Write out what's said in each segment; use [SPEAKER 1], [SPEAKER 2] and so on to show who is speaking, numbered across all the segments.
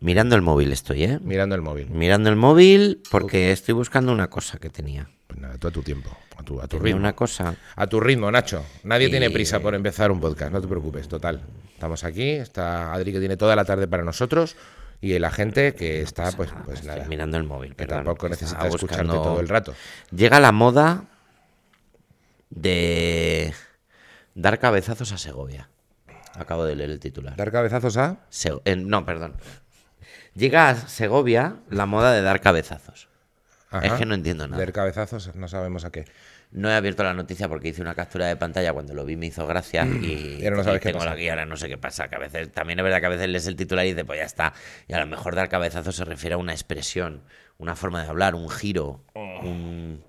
[SPEAKER 1] Mirando el móvil estoy, ¿eh?
[SPEAKER 2] Mirando el móvil.
[SPEAKER 1] Mirando el móvil porque estoy buscando una cosa que tenía.
[SPEAKER 2] Pues nada, tú a tu tiempo, a tu, a tu
[SPEAKER 1] Tenía
[SPEAKER 2] ritmo.
[SPEAKER 1] una cosa.
[SPEAKER 2] A tu ritmo, Nacho. Nadie
[SPEAKER 1] Y-
[SPEAKER 2] tiene prisa por empezar un podcast, no te preocupes, total. Estamos aquí, está Adri que tiene toda la tarde para nosotros y la gente que está, pues,
[SPEAKER 1] Ah,
[SPEAKER 2] pues
[SPEAKER 1] estoy
[SPEAKER 2] nada, que
[SPEAKER 1] Mirando el móvil, perdón.
[SPEAKER 2] tampoco necesita
[SPEAKER 1] Estaba
[SPEAKER 2] escucharte
[SPEAKER 1] buscando-
[SPEAKER 2] todo el rato.
[SPEAKER 1] Llega la moda de dar cabezazos a Segovia. Acabo de leer el titular.
[SPEAKER 2] Dar cabezazos a...
[SPEAKER 1] Se- eh, no, perdón. Llega a Segovia la moda de dar cabezazos. Es
[SPEAKER 2] Ajá.
[SPEAKER 1] que no entiendo nada.
[SPEAKER 2] Dar cabezazos, no sabemos a qué.
[SPEAKER 1] No he abierto la noticia porque hice una captura de pantalla cuando lo vi, me hizo gracia y,
[SPEAKER 2] Y ahora Mm. no sabes
[SPEAKER 1] y
[SPEAKER 2] qué
[SPEAKER 1] tengo
[SPEAKER 2] pasa.
[SPEAKER 1] la guía, ahora no sé qué pasa. Que a veces, también es verdad que a veces lees el titular y dices, pues ya está. Y a lo mejor dar cabezazo se refiere a una expresión, una forma de hablar, un giro,
[SPEAKER 2] Oh.
[SPEAKER 1] un.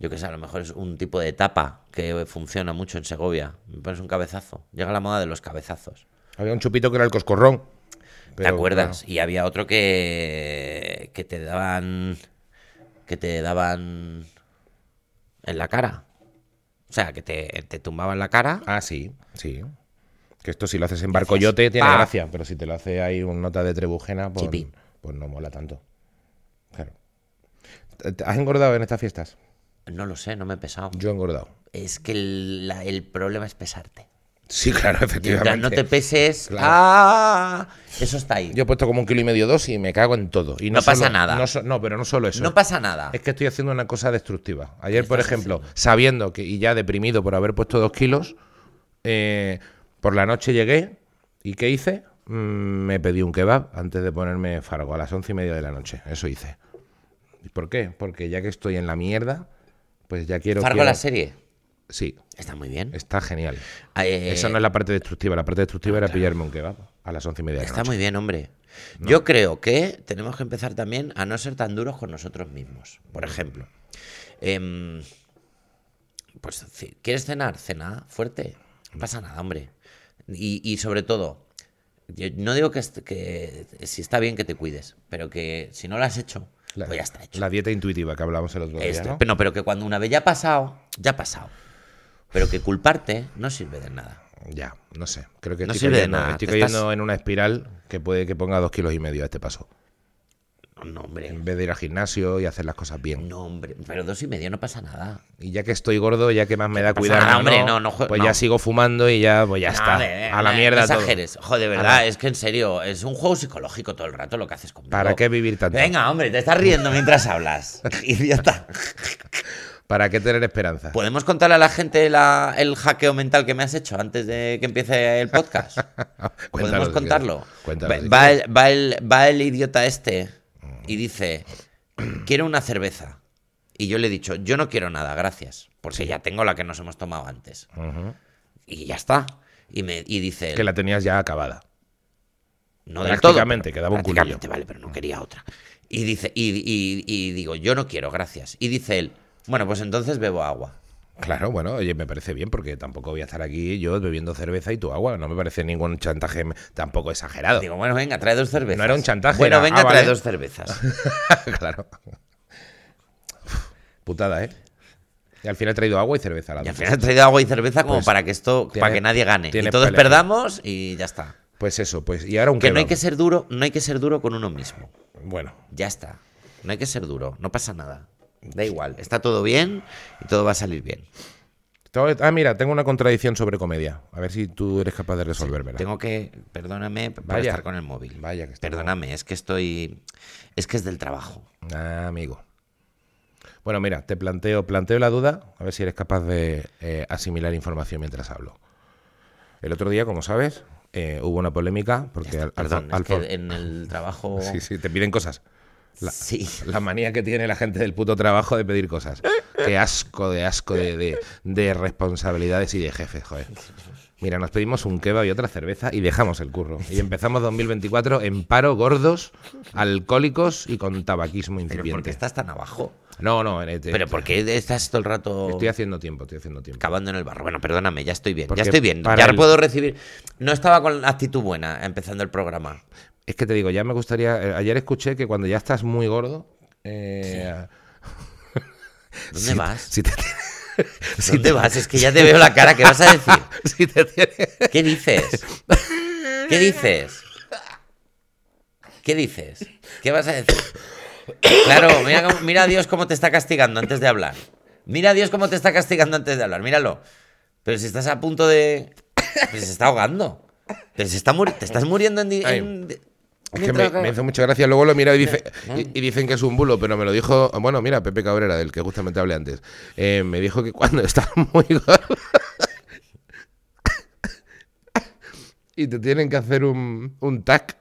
[SPEAKER 1] Yo qué sé, a lo mejor es un tipo de tapa que funciona mucho en Segovia. Me pones un cabezazo. Llega la moda de los cabezazos.
[SPEAKER 2] Había un chupito que era el coscorrón.
[SPEAKER 1] ¿Te acuerdas? Y había otro que, que te daban. que te daban. en la cara. O sea, que te, te tumbaban la cara.
[SPEAKER 2] Ah, sí, sí. Que esto si lo haces en barcoyote tiene
[SPEAKER 1] pa.
[SPEAKER 2] gracia, pero si te lo hace ahí un nota de trebujena, pues,
[SPEAKER 1] Ah. Chipi.
[SPEAKER 2] pues no mola tanto. Claro. ¿Te- te ¿Has engordado en estas fiestas?
[SPEAKER 1] No lo sé, no me he pesado.
[SPEAKER 2] Yo he engordado.
[SPEAKER 1] Es que el, la- el problema es pesarte.
[SPEAKER 2] Sí, claro,
[SPEAKER 1] Mientras
[SPEAKER 2] efectivamente.
[SPEAKER 1] no te peses.
[SPEAKER 2] Claro.
[SPEAKER 1] ¡ah! Eso está ahí.
[SPEAKER 2] Yo he puesto como un kilo y medio dos y me cago en todo. Y no,
[SPEAKER 1] No pasa
[SPEAKER 2] solo-
[SPEAKER 1] nada.
[SPEAKER 2] No, so- no, pero no solo eso.
[SPEAKER 1] no pasa nada.
[SPEAKER 2] Es que estoy haciendo una cosa destructiva. Ayer, por ejemplo, sabiendo que y ya deprimido por haber puesto dos kilos, eh, por la noche llegué y ¿qué hice? Mm, me pedí un kebab antes de ponerme fargo a las once y media de la noche. Eso hice. ¿Y por qué? Porque ya que estoy en la mierda, pues ya quiero.
[SPEAKER 1] Fargo
[SPEAKER 2] quiero-
[SPEAKER 1] la serie.
[SPEAKER 2] Sí,
[SPEAKER 1] Está muy bien.
[SPEAKER 2] está genial.
[SPEAKER 1] Eh,
[SPEAKER 2] Esa no es la parte destructiva. La parte destructiva era pillarme un kebab a las once y media de la
[SPEAKER 1] Está
[SPEAKER 2] noche.
[SPEAKER 1] muy bien, hombre. Yo creo que tenemos que empezar también a no ser tan duros con nosotros mismos. Por ejemplo, em, pues ci- ¿quieres cenar? Cena fuerte. No pasa nada, hombre. Y, y sobre todo, yo no digo que, est- que si está bien que te cuides, pero que si no lo has hecho,
[SPEAKER 2] La-
[SPEAKER 1] pues ya está hecho.
[SPEAKER 2] La dieta intuitiva que hablábamos el otro día.
[SPEAKER 1] Este,
[SPEAKER 2] ¿no?
[SPEAKER 1] pero, pero que cuando una vez ya ha pasado, ya ha pasado. Pero que culparte no sirve de nada.
[SPEAKER 2] Ya, no sé. Creo que
[SPEAKER 1] No
[SPEAKER 2] estoy
[SPEAKER 1] sirve de
[SPEAKER 2] cayendo,
[SPEAKER 1] nada,
[SPEAKER 2] estoy
[SPEAKER 1] te estás-
[SPEAKER 2] cayendo en una espiral que puede que ponga dos kilos y medio a este paso.
[SPEAKER 1] No, hombre.
[SPEAKER 2] En vez de ir al gimnasio y hacer las cosas bien.
[SPEAKER 1] No, hombre. Pero dos y medio no pasa nada.
[SPEAKER 2] Y ya que estoy gordo, ya que más me da
[SPEAKER 1] pasa
[SPEAKER 2] cuidar.
[SPEAKER 1] nada, hombre, no, no jue-
[SPEAKER 2] pues
[SPEAKER 1] no.
[SPEAKER 2] ya sigo fumando y ya, pues ya está.
[SPEAKER 1] Hombre, eh,
[SPEAKER 2] a la
[SPEAKER 1] no
[SPEAKER 2] mierda todo.
[SPEAKER 1] exageres. Joder, de
[SPEAKER 2] A la-
[SPEAKER 1] verdad, es que en serio, es un juego psicológico todo el rato lo que haces conmigo.
[SPEAKER 2] ¿Para qué vivir tanto?
[SPEAKER 1] Venga, hombre, te estás riendo mientras hablas. Idiota.
[SPEAKER 2] ¿Para qué tener esperanza?
[SPEAKER 1] ¿Podemos contarle a la gente la- el hackeo mental que me has hecho antes de que empiece el podcast?
[SPEAKER 2] Cuéntalo
[SPEAKER 1] ¿Podemos
[SPEAKER 2] si
[SPEAKER 1] contarlo?
[SPEAKER 2] quieres. Cuéntalo
[SPEAKER 1] Va-
[SPEAKER 2] si
[SPEAKER 1] va,
[SPEAKER 2] quieres. Mm.
[SPEAKER 1] el, va el- va el idiota este y dice, quiero una cerveza. Y yo le he dicho, yo no quiero nada, gracias, porque ya tengo la que nos hemos tomado antes.
[SPEAKER 2] Ujú.
[SPEAKER 1] Y ya está. Y, me, y dice... él,
[SPEAKER 2] Que la tenías ya acabada.
[SPEAKER 1] No del
[SPEAKER 2] Prácticamente,
[SPEAKER 1] todo, pero
[SPEAKER 2] quedaba un culillo.
[SPEAKER 1] prácticamente, vale, pero no quería otra. Y dice, y, y- y digo, yo no quiero, gracias. Y dice él, bueno, pues entonces bebo agua.
[SPEAKER 2] Claro, bueno, oye, me parece bien porque tampoco voy a estar aquí yo bebiendo cerveza y tu agua. No me parece ningún chantaje m- tampoco exagerado.
[SPEAKER 1] Digo, bueno, venga, trae dos cervezas.
[SPEAKER 2] No era un chantaje,
[SPEAKER 1] Bueno,
[SPEAKER 2] era,
[SPEAKER 1] venga,
[SPEAKER 2] ah, vale.
[SPEAKER 1] trae dos cervezas.
[SPEAKER 2] claro. Putada, ¿eh? Y al final he traído agua y cerveza. a la
[SPEAKER 1] Y al
[SPEAKER 2] vez.
[SPEAKER 1] final he traído agua y cerveza como
[SPEAKER 2] Pues,
[SPEAKER 1] para que esto,
[SPEAKER 2] tiene-
[SPEAKER 1] para que nadie gane.
[SPEAKER 2] tiene
[SPEAKER 1] Y todos
[SPEAKER 2] pelea.
[SPEAKER 1] perdamos y ya está.
[SPEAKER 2] Pues eso, pues. Y ahora un
[SPEAKER 1] Que no hay
[SPEAKER 2] kebab.
[SPEAKER 1] que ser duro, no hay que ser duro con uno mismo.
[SPEAKER 2] Bueno,
[SPEAKER 1] Ya está. No hay que ser duro, no pasa nada. Da igual, está todo bien y todo va a salir bien.
[SPEAKER 2] Tengo- Ah, mira, tengo una contradicción sobre comedia. A ver si tú eres capaz de resolvérmela.
[SPEAKER 1] Tengo que, perdóname por
[SPEAKER 2] Vaya.
[SPEAKER 1] estar con el móvil.
[SPEAKER 2] Vaya que está-
[SPEAKER 1] Perdóname, es que estoy. Es que es del trabajo.
[SPEAKER 2] Ah, amigo. Bueno, mira, te planteo, planteo la duda, a ver si eres capaz de eh, asimilar información mientras hablo. El otro día, como sabes, eh, hubo una polémica porque al-
[SPEAKER 1] Perdón,
[SPEAKER 2] al-
[SPEAKER 1] es que
[SPEAKER 2] al-
[SPEAKER 1] en el trabajo.
[SPEAKER 2] Sí, sí, te piden cosas. la-
[SPEAKER 1] Sí.
[SPEAKER 2] La manía que tiene la gente del puto trabajo de pedir cosas. Qué asco de asco de, de- de responsabilidades y de jefes, joder. Mira, nos pedimos un kebab y otra cerveza y dejamos el curro. Y empezamos 2024 en paro, gordos, alcohólicos y con tabaquismo
[SPEAKER 1] Pero ¿por qué
[SPEAKER 2] incipiente.
[SPEAKER 1] estás tan abajo?
[SPEAKER 2] No, no, en este-
[SPEAKER 1] Pero ¿por qué estás todo el rato
[SPEAKER 2] estoy haciendo tiempo, estoy haciendo tiempo.
[SPEAKER 1] cavando en el barro? Bueno, perdóname, ya estoy bien,
[SPEAKER 2] Porque
[SPEAKER 1] ya estoy bien.
[SPEAKER 2] para
[SPEAKER 1] Ya
[SPEAKER 2] el-
[SPEAKER 1] puedo recibir. No estaba con la actitud buena empezando el programa.
[SPEAKER 2] Es que te digo, ya me gustaría. eh, Ayer escuché que cuando ya estás muy gordo. eh,
[SPEAKER 1] ¿Dónde vas?
[SPEAKER 2] Si te,
[SPEAKER 1] ¿Dónde vas? Es que ya te veo la cara, ¿qué vas a decir?
[SPEAKER 2] si te tienes-
[SPEAKER 1] ¿Qué dices? ¿Qué dices? ¿Qué dices? ¿Qué vas a decir? Claro, mira, cómo- mira a Dios cómo te está castigando antes de hablar. Mira a Dios cómo te está castigando antes de hablar, míralo. Pero si estás a punto de... Pues se está ahogando. Pero se está muri- te estás muriendo en... di-
[SPEAKER 2] Ay,
[SPEAKER 1] en-
[SPEAKER 2] Es que me,
[SPEAKER 1] mientras-
[SPEAKER 2] me hizo mucha gracia. Luego lo mira y, dice, y, y dicen que es un bulo, pero me lo dijo. Bueno, mira, Pepe Cabrera, del que justamente hablé antes. eh, me dijo que cuando estás muy gordo. y te tienen que hacer un, un tac.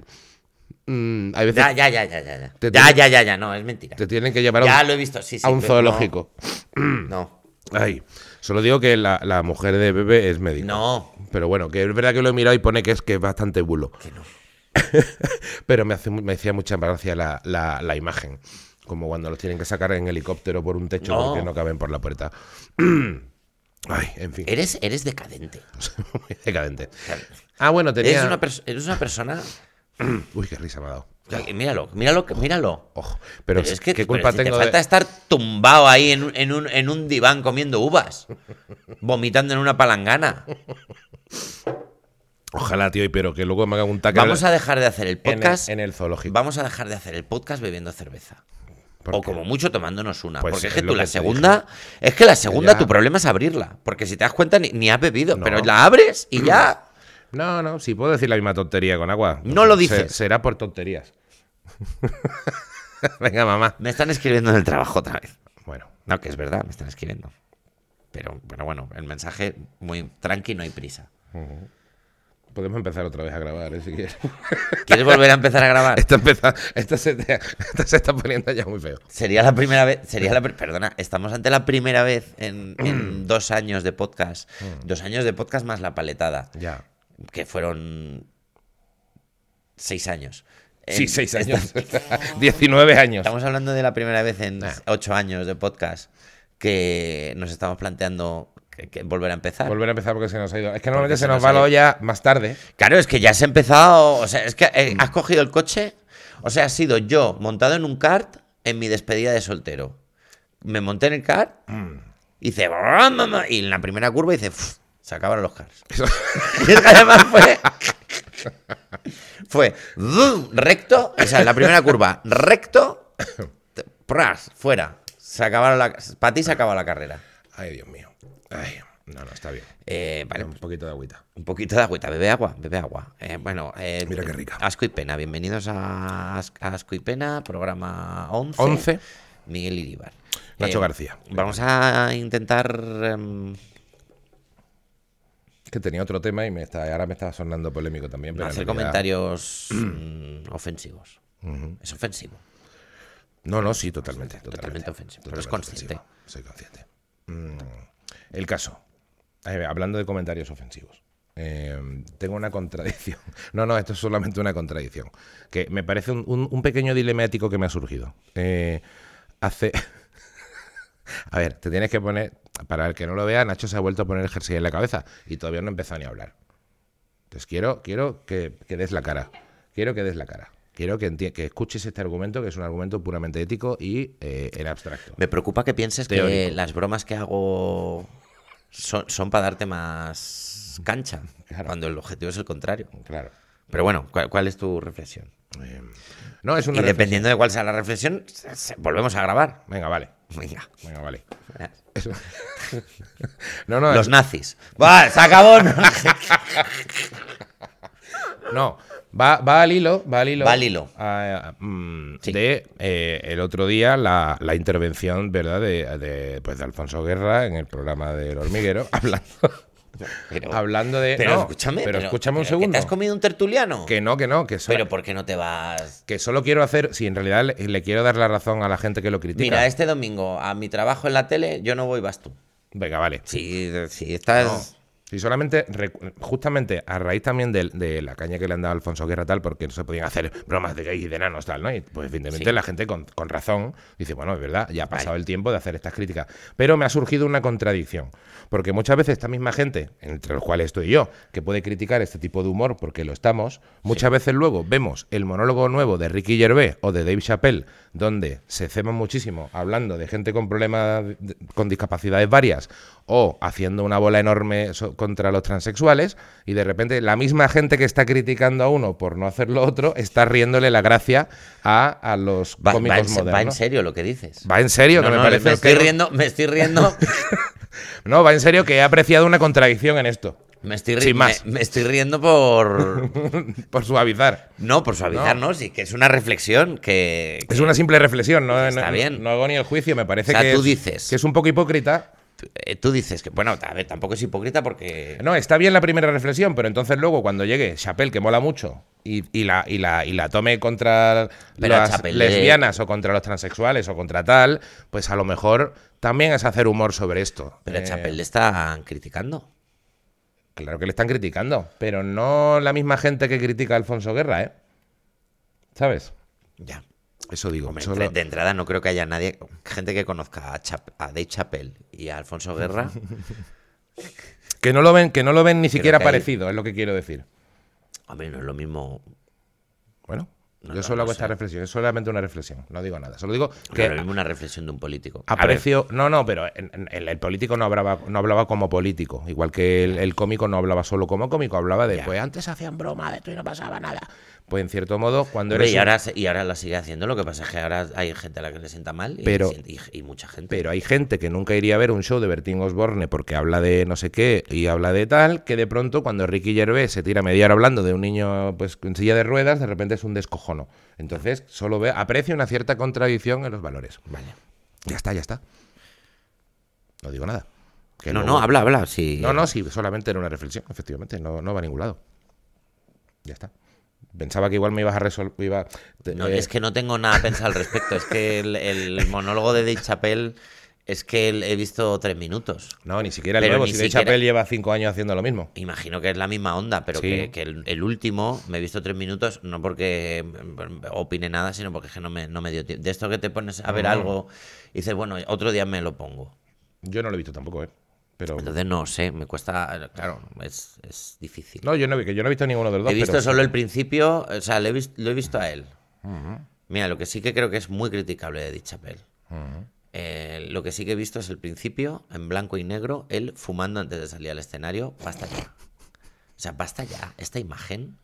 [SPEAKER 2] mm, hay veces
[SPEAKER 1] Ya, ya, ya, ya, ya. Ya,
[SPEAKER 2] Te
[SPEAKER 1] ya,
[SPEAKER 2] tiene-
[SPEAKER 1] ya, ya, ya, no, es mentira.
[SPEAKER 2] te tienen que llevar a
[SPEAKER 1] Ya
[SPEAKER 2] un,
[SPEAKER 1] lo he visto, sí, sí.
[SPEAKER 2] a un
[SPEAKER 1] pero
[SPEAKER 2] zoológico.
[SPEAKER 1] No, no.
[SPEAKER 2] Ay, solo digo que la, la mujer de Pepe es médico.
[SPEAKER 1] No.
[SPEAKER 2] Pero bueno, que es verdad que lo he mirado y pone que es que es bastante bulo. Pero me, hace, mu- me hacía mucha gracia la, la- la imagen. Como cuando los tienen que sacar en helicóptero por un techo
[SPEAKER 1] No.
[SPEAKER 2] porque no caben por la puerta. Ay, en fin,
[SPEAKER 1] Eres, eres decadente.
[SPEAKER 2] muy decadente.
[SPEAKER 1] Claro.
[SPEAKER 2] Ah, bueno, tenía...
[SPEAKER 1] Eres, una perso- eres una persona...
[SPEAKER 2] Uy, qué risa me ha dado.
[SPEAKER 1] Ay, Míralo, míralo, míralo.
[SPEAKER 2] Ojo,
[SPEAKER 1] Pero
[SPEAKER 2] pero,
[SPEAKER 1] es que
[SPEAKER 2] Pues, ¿qué
[SPEAKER 1] pero
[SPEAKER 2] culpa
[SPEAKER 1] si
[SPEAKER 2] tengo
[SPEAKER 1] te
[SPEAKER 2] de-
[SPEAKER 1] falta estar tumbado ahí en, un- en un, en un diván comiendo uvas, vomitando en una palangana.
[SPEAKER 2] Ojalá, tío, y pero que luego me hagan un taque en
[SPEAKER 1] Vamos
[SPEAKER 2] el-
[SPEAKER 1] a dejar de hacer el
[SPEAKER 2] en, el,
[SPEAKER 1] podcast.
[SPEAKER 2] en el zoológico.
[SPEAKER 1] Vamos a dejar de hacer el podcast bebiendo cerveza.
[SPEAKER 2] ¿Por
[SPEAKER 1] O
[SPEAKER 2] qué?
[SPEAKER 1] como mucho tomándonos una.
[SPEAKER 2] Pues
[SPEAKER 1] porque es
[SPEAKER 2] es
[SPEAKER 1] que tú
[SPEAKER 2] lo que
[SPEAKER 1] la
[SPEAKER 2] te
[SPEAKER 1] segunda. Es que la segunda
[SPEAKER 2] ya.
[SPEAKER 1] tu problema es abrirla. Porque si te das cuenta ni, ni has bebido.
[SPEAKER 2] No.
[SPEAKER 1] Pero la abres y ya.
[SPEAKER 2] No, no, si puedo decir la misma tontería con agua.
[SPEAKER 1] No lo
[SPEAKER 2] Se-
[SPEAKER 1] dices.
[SPEAKER 2] será por tonterías. Venga, mamá.
[SPEAKER 1] Me están escribiendo en el trabajo otra vez.
[SPEAKER 2] Bueno,
[SPEAKER 1] No, que es verdad, me están escribiendo. Pero, pero bueno, el mensaje muy tranqui, no hay prisa.
[SPEAKER 2] podemos empezar otra vez a grabar, ¿eh? si quieres.
[SPEAKER 1] ¿Quieres volver a empezar a grabar?
[SPEAKER 2] Esta, empeza- esta se, te- esta se está poniendo ya muy feo.
[SPEAKER 1] Sería la primera vez, sería la, pr- perdona, estamos ante la primera vez en,
[SPEAKER 2] Mm.
[SPEAKER 1] en dos años de podcast, dos años de podcast más la paletada,
[SPEAKER 2] Ya.
[SPEAKER 1] que fueron seis años.
[SPEAKER 2] Sí,
[SPEAKER 1] En-
[SPEAKER 2] seis
[SPEAKER 1] esta-
[SPEAKER 2] años. 19 años.
[SPEAKER 1] Estamos hablando de la primera vez en ocho años de podcast que nos estamos planteando que- que volver a empezar.
[SPEAKER 2] Volver a empezar porque se nos ha ido. Es que normalmente
[SPEAKER 1] Porque
[SPEAKER 2] se
[SPEAKER 1] se
[SPEAKER 2] nos
[SPEAKER 1] nos
[SPEAKER 2] va
[SPEAKER 1] ha
[SPEAKER 2] la
[SPEAKER 1] ido.
[SPEAKER 2] olla más tarde.
[SPEAKER 1] Claro, es que ya has empezado. O sea, es que eh, has cogido el coche. O sea, ha sido yo montado en un kart en mi despedida de soltero. Me monté en el kart. Hice. brum, brum, brum, Y en la primera curva hice. "Fuf", Se acabaron los karts. Y es que además fue. Fue. "Zum", Recto. O sea, en la primera curva. Recto. t- pras, Fuera. Se acabaron la. Para ti se acaba la carrera.
[SPEAKER 2] Ay, Dios mío. Ay, no, no, está bien.
[SPEAKER 1] Eh, vale,
[SPEAKER 2] Un poquito de agüita.
[SPEAKER 1] Un poquito de agüita, bebe agua, bebe agua. Eh, bueno, eh,
[SPEAKER 2] Mira qué rica.
[SPEAKER 1] Asco y Pena, bienvenidos a, As- a Asco y Pena, programa 11.
[SPEAKER 2] 11.
[SPEAKER 1] Miguel Iribar. Eh,
[SPEAKER 2] Nacho García.
[SPEAKER 1] Vamos a intentar. em,
[SPEAKER 2] Que tenía otro tema y me está, ahora me estaba sonando polémico también. Pero en
[SPEAKER 1] hacer
[SPEAKER 2] realidad-
[SPEAKER 1] comentarios mm, ofensivos. Es ofensivo,
[SPEAKER 2] No, no, sí, totalmente. Totalmente,
[SPEAKER 1] totalmente ofensivo, pero es consciente.
[SPEAKER 2] ofensivo. Soy consciente. Mm, el caso. Eh, hablando de comentarios ofensivos. eh, tengo una contradicción. No, no, esto es solamente una contradicción. Que me parece un, un- un pequeño dilema ético que me ha surgido. Eh, hace. A ver, te tienes que poner. Para el que no lo vea, Nacho se ha vuelto a poner el jersey en la cabeza y todavía no empezó ni a hablar. Entonces quiero, quiero que, que des la cara. Quiero que des la cara. Quiero que, enti- que escuches este argumento, que es un argumento puramente ético y eh, en abstracto.
[SPEAKER 1] Me preocupa que pienses que
[SPEAKER 2] Teórico.
[SPEAKER 1] las bromas que hago son, son para darte más cancha, cuando el objetivo es el contrario.
[SPEAKER 2] Claro.
[SPEAKER 1] Pero bueno, ¿cuál- cuál es tu reflexión?
[SPEAKER 2] No, es
[SPEAKER 1] Y
[SPEAKER 2] una. reflexión.
[SPEAKER 1] dependiendo de cuál sea la reflexión, se- se- volvemos a grabar.
[SPEAKER 2] Venga, vale.
[SPEAKER 1] Venga.
[SPEAKER 2] Venga, vale. No, no,
[SPEAKER 1] Los
[SPEAKER 2] es-
[SPEAKER 1] nazis. ¡Va! ¡Se acabó!
[SPEAKER 2] no. Va, va al hilo, va al hilo.
[SPEAKER 1] Va al hilo.
[SPEAKER 2] Ah, mm,
[SPEAKER 1] Sí.
[SPEAKER 2] De eh, el otro día la, la intervención, ¿verdad? De, de, pues, de Alfonso Guerra en el programa del hormiguero, hablando,
[SPEAKER 1] Pero,
[SPEAKER 2] hablando de.
[SPEAKER 1] pero
[SPEAKER 2] no,
[SPEAKER 1] escúchame.
[SPEAKER 2] Pero, escúchame un
[SPEAKER 1] pero que
[SPEAKER 2] segundo.
[SPEAKER 1] ¿Te has comido un tertuliano?
[SPEAKER 2] Que no, que no, que solo,
[SPEAKER 1] Pero ¿por qué no te vas?
[SPEAKER 2] que solo quiero hacer, si en realidad le, le quiero dar la razón a la gente que lo critica.
[SPEAKER 1] Mira, este domingo a mi trabajo en la tele yo no voy, vas tú.
[SPEAKER 2] Venga, vale.
[SPEAKER 1] Sí, sí,
[SPEAKER 2] No.
[SPEAKER 1] estás...
[SPEAKER 2] Sí, solamente, recu- justamente a raíz también del- de, la caña que le han dado a Alfonso Guerra, tal, porque no se podían hacer bromas de gays y de enanos, tal, ¿no? Y pues, evidentemente,
[SPEAKER 1] Sí.
[SPEAKER 2] la gente con, con razón dice, bueno, es verdad, ya ha pasado el tiempo de hacer estas críticas. Pero me ha surgido una contradicción, porque muchas veces esta misma gente, entre los cuales estoy yo, que puede criticar este tipo de humor porque lo estamos, muchas veces luego vemos el monólogo nuevo de Ricky Gervais o de Dave Chappelle, donde se ceman muchísimo hablando de gente con problemas, de- con discapacidades varias o haciendo una bola enorme so- contra los transexuales y de repente la misma gente que está criticando a uno por no hacer lo otro está riéndole la gracia a, a los
[SPEAKER 1] Va,
[SPEAKER 2] cómicos
[SPEAKER 1] va en, se- va en
[SPEAKER 2] modernos.
[SPEAKER 1] serio lo que dices.
[SPEAKER 2] Va en serio,
[SPEAKER 1] No,
[SPEAKER 2] que me
[SPEAKER 1] no,
[SPEAKER 2] parece
[SPEAKER 1] estoy
[SPEAKER 2] que-
[SPEAKER 1] riendo, me estoy riendo,
[SPEAKER 2] No, va en serio que he apreciado una contradicción en esto,
[SPEAKER 1] me estoy, ri-
[SPEAKER 2] Sin más.
[SPEAKER 1] me- me estoy riendo por
[SPEAKER 2] por suavizar.
[SPEAKER 1] no, por suavizar, no, sí, que es una reflexión que,
[SPEAKER 2] Es una simple reflexión, no,
[SPEAKER 1] Está
[SPEAKER 2] no-
[SPEAKER 1] bien.
[SPEAKER 2] no hago ni el juicio, me parece
[SPEAKER 1] O sea,
[SPEAKER 2] que,
[SPEAKER 1] tú
[SPEAKER 2] es,
[SPEAKER 1] dices.
[SPEAKER 2] que es un poco hipócrita.
[SPEAKER 1] eh, tú dices que bueno, a ver, tampoco es hipócrita porque
[SPEAKER 2] No, está bien la primera reflexión, pero entonces luego cuando llegue Chapel, que mola mucho, y, y la, y, la, y la tome contra
[SPEAKER 1] Pero a
[SPEAKER 2] las
[SPEAKER 1] Chappelle le-
[SPEAKER 2] lesbianas o contra los transexuales o contra tal, pues a lo mejor también es hacer humor sobre esto.
[SPEAKER 1] pero a
[SPEAKER 2] Eh,
[SPEAKER 1] Chapel le están criticando.
[SPEAKER 2] Claro que le están criticando, pero no la misma gente que critica a Alfonso Guerra, ¿eh? ¿Sabes?
[SPEAKER 1] Ya.
[SPEAKER 2] Eso digo.
[SPEAKER 1] Hombre,
[SPEAKER 2] solo-
[SPEAKER 1] entre- de entrada no creo que haya nadie, gente que conozca a, Chap- a Dave Chappelle y a Alfonso Guerra.
[SPEAKER 2] Que, no lo ven, que no lo ven ni siquiera
[SPEAKER 1] que ahí-
[SPEAKER 2] parecido, es lo que quiero decir.
[SPEAKER 1] Hombre, no es lo mismo.
[SPEAKER 2] Bueno,
[SPEAKER 1] No,
[SPEAKER 2] yo
[SPEAKER 1] no,
[SPEAKER 2] solo
[SPEAKER 1] no
[SPEAKER 2] hago esta
[SPEAKER 1] sé.
[SPEAKER 2] reflexión, es solamente una reflexión, no digo nada. Solo digo
[SPEAKER 1] no
[SPEAKER 2] que
[SPEAKER 1] es lo mismo una reflexión de un político. A ver,
[SPEAKER 2] aprecio. No, no, pero en- en- el, el político no hablaba, no hablaba como político, igual que el, el cómico no hablaba solo como cómico, hablaba de.
[SPEAKER 1] Ya.
[SPEAKER 2] Pues antes hacían broma de esto y no pasaba nada. Pues en cierto modo, cuando
[SPEAKER 1] hombre,
[SPEAKER 2] eres.
[SPEAKER 1] y,
[SPEAKER 2] un-
[SPEAKER 1] ahora, se- y ahora la sigue haciendo. Lo que pasa es que ahora hay gente a la que le sienta mal y,
[SPEAKER 2] Pero-
[SPEAKER 1] y- y mucha gente.
[SPEAKER 2] Pero hay gente que nunca iría a ver un show de Bertín Osborne porque habla de no sé qué y habla de tal, que de pronto cuando Ricky Gervais se tira media hora hablando de un niño pues en silla de ruedas, de repente es un descojono. Entonces, solo ve, aprecio una cierta contradicción en los valores.
[SPEAKER 1] Vale.
[SPEAKER 2] Ya está, ya está. No digo nada. Que
[SPEAKER 1] no,
[SPEAKER 2] luego-
[SPEAKER 1] no, habla, habla. Sí.
[SPEAKER 2] No, no, sí, solamente era una reflexión, efectivamente. No, no va a ningún lado. Ya está. Pensaba que igual me ibas a resolver.
[SPEAKER 1] No,
[SPEAKER 2] eh,
[SPEAKER 1] es que no tengo nada pensado al respecto. Es que el, el monólogo de Dave Chappelle es que el- he visto tres minutos.
[SPEAKER 2] No, ni siquiera el
[SPEAKER 1] Pero
[SPEAKER 2] nuevo.
[SPEAKER 1] ni
[SPEAKER 2] Si de
[SPEAKER 1] siquiera-
[SPEAKER 2] Chapel lleva cinco años haciendo lo mismo.
[SPEAKER 1] Imagino que es la misma onda, pero
[SPEAKER 2] Sí.
[SPEAKER 1] que, que el, el último me he visto tres minutos, no porque mm, opine nada, sino porque es que no me, no me dio tiempo. De esto que te pones a ver
[SPEAKER 2] No.
[SPEAKER 1] algo y dices, bueno, otro día me lo pongo.
[SPEAKER 2] Yo no lo he visto tampoco, ¿eh? Pero.
[SPEAKER 1] Entonces no sé, me cuesta, claro, es, es difícil.
[SPEAKER 2] No, yo no, he- que yo no he visto ninguno de los dos.
[SPEAKER 1] he visto
[SPEAKER 2] pero-
[SPEAKER 1] solo el principio, o sea, lo he, vis- lo he visto a él. Mira, lo que sí que creo que es muy criticable de Dave Chappelle.
[SPEAKER 2] Mm.
[SPEAKER 1] Eh, lo que sí que he visto es el principio, en blanco y negro, él fumando antes de salir al escenario. Basta ya. O sea, basta ya. Esta imagen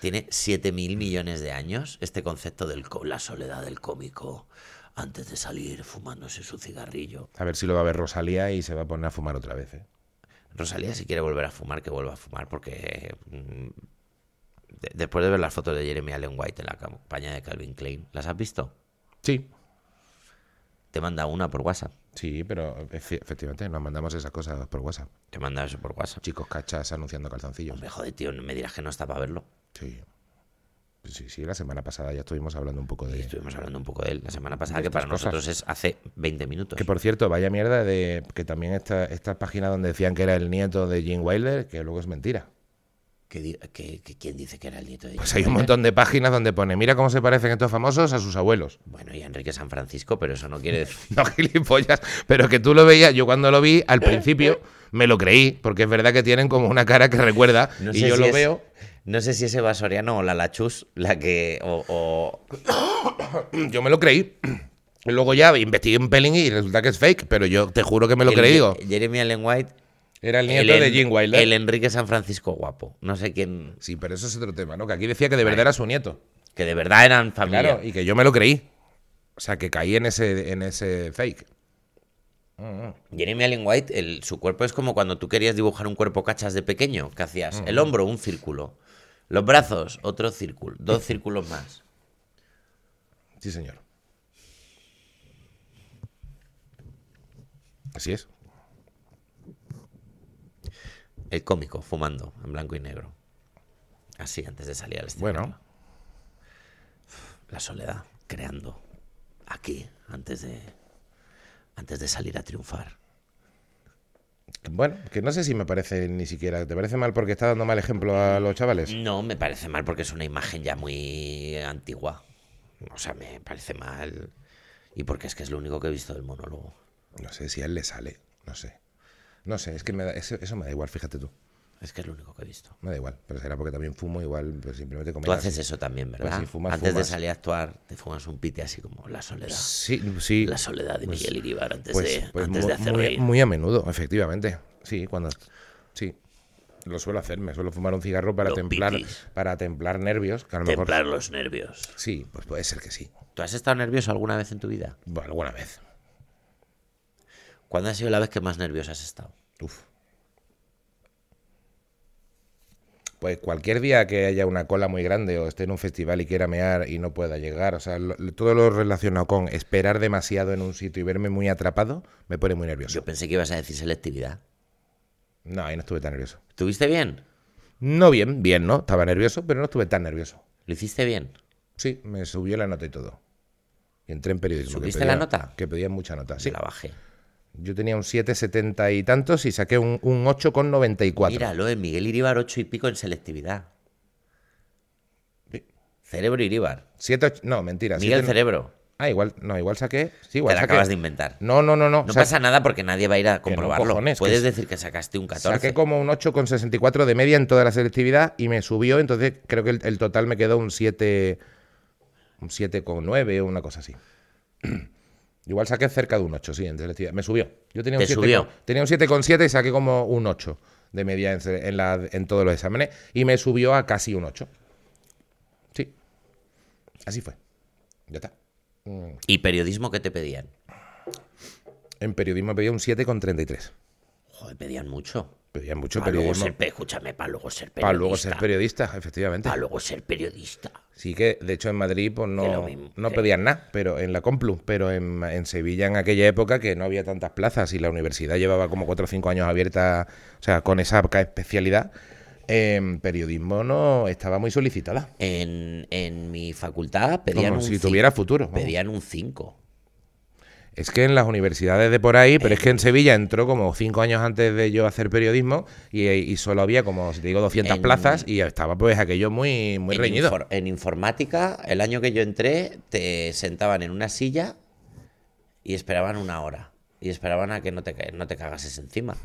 [SPEAKER 1] tiene 7 mil millones de años. Este concepto de la soledad del cómico antes de salir fumándose su cigarrillo.
[SPEAKER 2] A ver si lo va a ver Rosalía y se va a poner a fumar otra vez, ¿eh?
[SPEAKER 1] Rosalía, si quiere volver a fumar, que vuelva a fumar, porque mm, de- después de ver las fotos de Jeremy Allen White en la campaña de Calvin Klein, ¿las has visto?
[SPEAKER 2] Sí.
[SPEAKER 1] Te manda una por WhatsApp.
[SPEAKER 2] Sí, pero efe- efectivamente nos mandamos esas cosas por WhatsApp.
[SPEAKER 1] Te manda eso por WhatsApp.
[SPEAKER 2] Chicos cachas anunciando calzoncillos.
[SPEAKER 1] Hombre, joder, tío, no me dirás que no está para verlo.
[SPEAKER 2] Sí. Pues Sí, sí, la semana pasada ya estuvimos hablando un poco de.
[SPEAKER 1] Y estuvimos hablando un poco de él la semana pasada, que para nosotros es hace 20 minutos.
[SPEAKER 2] Que por cierto, vaya mierda de que también esta, esta página donde decían que era el nieto de Gene Wilder, que luego es mentira.
[SPEAKER 1] Que di- que- que ¿Quién dice que era el nieto de
[SPEAKER 2] Pues
[SPEAKER 1] Jim
[SPEAKER 2] hay un
[SPEAKER 1] Wheeler?
[SPEAKER 2] montón de páginas donde pone, mira cómo se parecen estos famosos a sus abuelos.
[SPEAKER 1] Bueno, y a Enrique San Francisco, pero eso no quiere decir.
[SPEAKER 2] No gilipollas, pero que tú lo veías, yo cuando lo vi al principio me lo creí, porque es verdad que tienen como una cara que recuerda
[SPEAKER 1] No
[SPEAKER 2] y
[SPEAKER 1] sé
[SPEAKER 2] yo
[SPEAKER 1] si
[SPEAKER 2] lo
[SPEAKER 1] es-
[SPEAKER 2] veo.
[SPEAKER 1] No sé si ese Vasoriano o la Lachus, la que. o- o,
[SPEAKER 2] Yo me lo creí. Y Luego ya investigué un pelín y resulta que es fake, pero yo te juro que me lo
[SPEAKER 1] el-
[SPEAKER 2] creí. digo,
[SPEAKER 1] Jeremy Allen White.
[SPEAKER 2] Era el nieto de
[SPEAKER 1] En-
[SPEAKER 2] Gene Wilder.
[SPEAKER 1] El Enrique San Francisco guapo. No sé quién.
[SPEAKER 2] Sí, pero eso es otro tema, ¿no? Que aquí decía que de verdad era su nieto.
[SPEAKER 1] Que de verdad eran familia.
[SPEAKER 2] Claro, y que yo me lo creí. O sea, que caí en ese, en ese fake.
[SPEAKER 1] Jeremy Allen White, el- su cuerpo es como cuando tú querías dibujar un cuerpo cachas de pequeño. que hacías?
[SPEAKER 2] Mm.
[SPEAKER 1] El hombro, un círculo. Los brazos, otro círculo. Dos círculos más.
[SPEAKER 2] Sí, señor. Así es.
[SPEAKER 1] El cómico, fumando, en blanco y negro. Así, antes de salir al escenario.
[SPEAKER 2] Bueno,
[SPEAKER 1] La soledad, creando. Aquí, antes de. Antes de salir a triunfar.
[SPEAKER 2] bueno, que no sé si me parece ni siquiera. ¿Te parece mal porque está dando mal ejemplo a los chavales?
[SPEAKER 1] No, me parece mal porque es una imagen ya muy antigua. O sea, me parece mal. Y porque es que es lo único que he visto del monólogo.
[SPEAKER 2] No sé si a él le sale. No sé. No sé, es que me da- eso, eso me da igual, fíjate tú.
[SPEAKER 1] Es que es lo único que he visto.
[SPEAKER 2] Me da igual, pero será porque también fumo, igual pues simplemente comer.
[SPEAKER 1] Tú haces eso también, ¿verdad?
[SPEAKER 2] Pues si fumas,
[SPEAKER 1] antes
[SPEAKER 2] fumas.
[SPEAKER 1] de salir a actuar, te fumas un pite así como la soledad.
[SPEAKER 2] Sí, sí.
[SPEAKER 1] La soledad de Miguel Iribar antes,
[SPEAKER 2] Pues,
[SPEAKER 1] de,
[SPEAKER 2] pues
[SPEAKER 1] antes
[SPEAKER 2] mu-
[SPEAKER 1] de hacer
[SPEAKER 2] muy,
[SPEAKER 1] reír.
[SPEAKER 2] muy a menudo, efectivamente. Sí, cuando. Sí. Lo suelo hacer, me suelo fumar un cigarro para
[SPEAKER 1] Los
[SPEAKER 2] templar,
[SPEAKER 1] pitis.
[SPEAKER 2] para templar nervios, que a lo mejor.
[SPEAKER 1] Templar los nervios.
[SPEAKER 2] Sí, pues puede ser que sí.
[SPEAKER 1] ¿Tú has estado nervioso alguna vez en tu vida?
[SPEAKER 2] Bueno, alguna vez.
[SPEAKER 1] ¿Cuándo ha sido la vez que más nervioso has estado?
[SPEAKER 2] Uf. Pues cualquier día que haya una cola muy grande o esté en un festival y quiera mear y no pueda llegar, o sea, lo- todo lo relacionado con esperar demasiado en un sitio y verme muy atrapado, me pone muy nervioso.
[SPEAKER 1] Yo pensé que ibas a decir selectividad.
[SPEAKER 2] No, ahí no estuve tan nervioso.
[SPEAKER 1] ¿Tuviste bien?
[SPEAKER 2] No bien, bien, ¿no? Estaba nervioso, pero no estuve tan nervioso.
[SPEAKER 1] ¿Lo hiciste bien?
[SPEAKER 2] Sí, me subió la nota y todo. Y entré en periodismo. que
[SPEAKER 1] ¿Subiste
[SPEAKER 2] pedía-
[SPEAKER 1] la nota?
[SPEAKER 2] Que pedían mucha nota, sí.
[SPEAKER 1] La bajé.
[SPEAKER 2] Yo tenía un 7,70 y tantos y saqué un, un 8,94.
[SPEAKER 1] Míralo, en Miguel Iribar ocho y pico en selectividad.
[SPEAKER 2] Sí.
[SPEAKER 1] Cerebro Iribar.
[SPEAKER 2] Siete och- no, mentira.
[SPEAKER 1] Miguel
[SPEAKER 2] siete-
[SPEAKER 1] Cerebro.
[SPEAKER 2] Ah, igual, no, igual saqué. Sí, igual
[SPEAKER 1] Te la
[SPEAKER 2] saqué.
[SPEAKER 1] acabas de inventar.
[SPEAKER 2] No, no, no, no.
[SPEAKER 1] No
[SPEAKER 2] sa-
[SPEAKER 1] pasa nada porque nadie va a ir a
[SPEAKER 2] que no,
[SPEAKER 1] comprobarlo.
[SPEAKER 2] cojones, que
[SPEAKER 1] Puedes
[SPEAKER 2] es-
[SPEAKER 1] decir que sacaste un 14.
[SPEAKER 2] Saqué como un 8,64 de media en toda la selectividad y me subió, entonces creo que el, el total me quedó un 7, un 7,9 o una cosa así. Igual saqué cerca de un 8, sí, en selectividad. Me subió. Yo tenía un
[SPEAKER 1] Te
[SPEAKER 2] 7,
[SPEAKER 1] subió.
[SPEAKER 2] tenía un 7,7 y saqué como un 8 de media en, se- en la- en todos los exámenes y me subió a casi un 8. Sí. Así fue. Ya está.
[SPEAKER 1] ¿Y periodismo que te pedían?
[SPEAKER 2] En periodismo pedía un 7,33.
[SPEAKER 1] Joder, pedían mucho.
[SPEAKER 2] Pedía mucho
[SPEAKER 1] Para luego
[SPEAKER 2] periodismo.
[SPEAKER 1] ser, pe- escúchame, para luego ser periodista.
[SPEAKER 2] Para luego ser periodista, efectivamente.
[SPEAKER 1] Para luego ser periodista.
[SPEAKER 2] Sí que, de hecho, en Madrid pues
[SPEAKER 1] Que lo
[SPEAKER 2] no,
[SPEAKER 1] mismo,
[SPEAKER 2] no
[SPEAKER 1] sí.
[SPEAKER 2] pedían nada, pero en la Complu, pero en, en Sevilla en aquella época que no había tantas plazas y la universidad llevaba como 4 o 5 años abierta, o sea, con esa ca- especialidad, en periodismo no estaba muy solicitada.
[SPEAKER 1] En, en mi facultad pedían
[SPEAKER 2] Como
[SPEAKER 1] un
[SPEAKER 2] si
[SPEAKER 1] cinco.
[SPEAKER 2] tuviera futuro. vamos.
[SPEAKER 1] Pedían un 5.
[SPEAKER 2] Es que en las universidades de por ahí, pero es que en Sevilla entró como 5 años antes de yo hacer periodismo y, y solo había como, si te digo, 200
[SPEAKER 1] En-
[SPEAKER 2] plazas y estaba pues aquello muy, muy
[SPEAKER 1] en
[SPEAKER 2] reñido.
[SPEAKER 1] infor- en informática, el año que yo entré, te sentaban en una silla y esperaban una hora. Y esperaban a que no te, ca- no te cagases encima.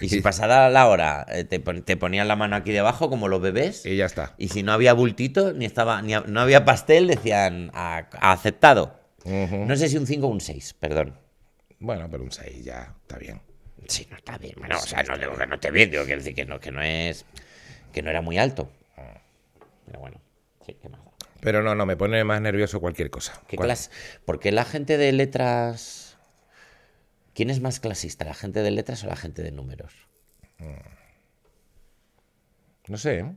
[SPEAKER 1] y si pasada la hora, eh, te, pon- te ponían la mano aquí debajo como los bebés.
[SPEAKER 2] Y ya está.
[SPEAKER 1] Y si no había bultito, ni estaba, ni ha- no había pastel, decían "A- aceptado.
[SPEAKER 2] Ujú.
[SPEAKER 1] No sé si un 5 o un 6, perdón.
[SPEAKER 2] Bueno, pero un 6 ya está bien.
[SPEAKER 1] Sí, no está bien. Bueno, o sea, no digo que no esté bien, digo quiero decir que no, que no es. que no era muy alto. Pero bueno, sí, qué más da.
[SPEAKER 2] Pero no, no, me pone más nervioso cualquier cosa.
[SPEAKER 1] ¿Qué
[SPEAKER 2] Cual-
[SPEAKER 1] clase? ¿Por qué la gente de letras. ¿Quién es más clasista, la gente de letras o la gente de números?
[SPEAKER 2] No sé. ¿eh?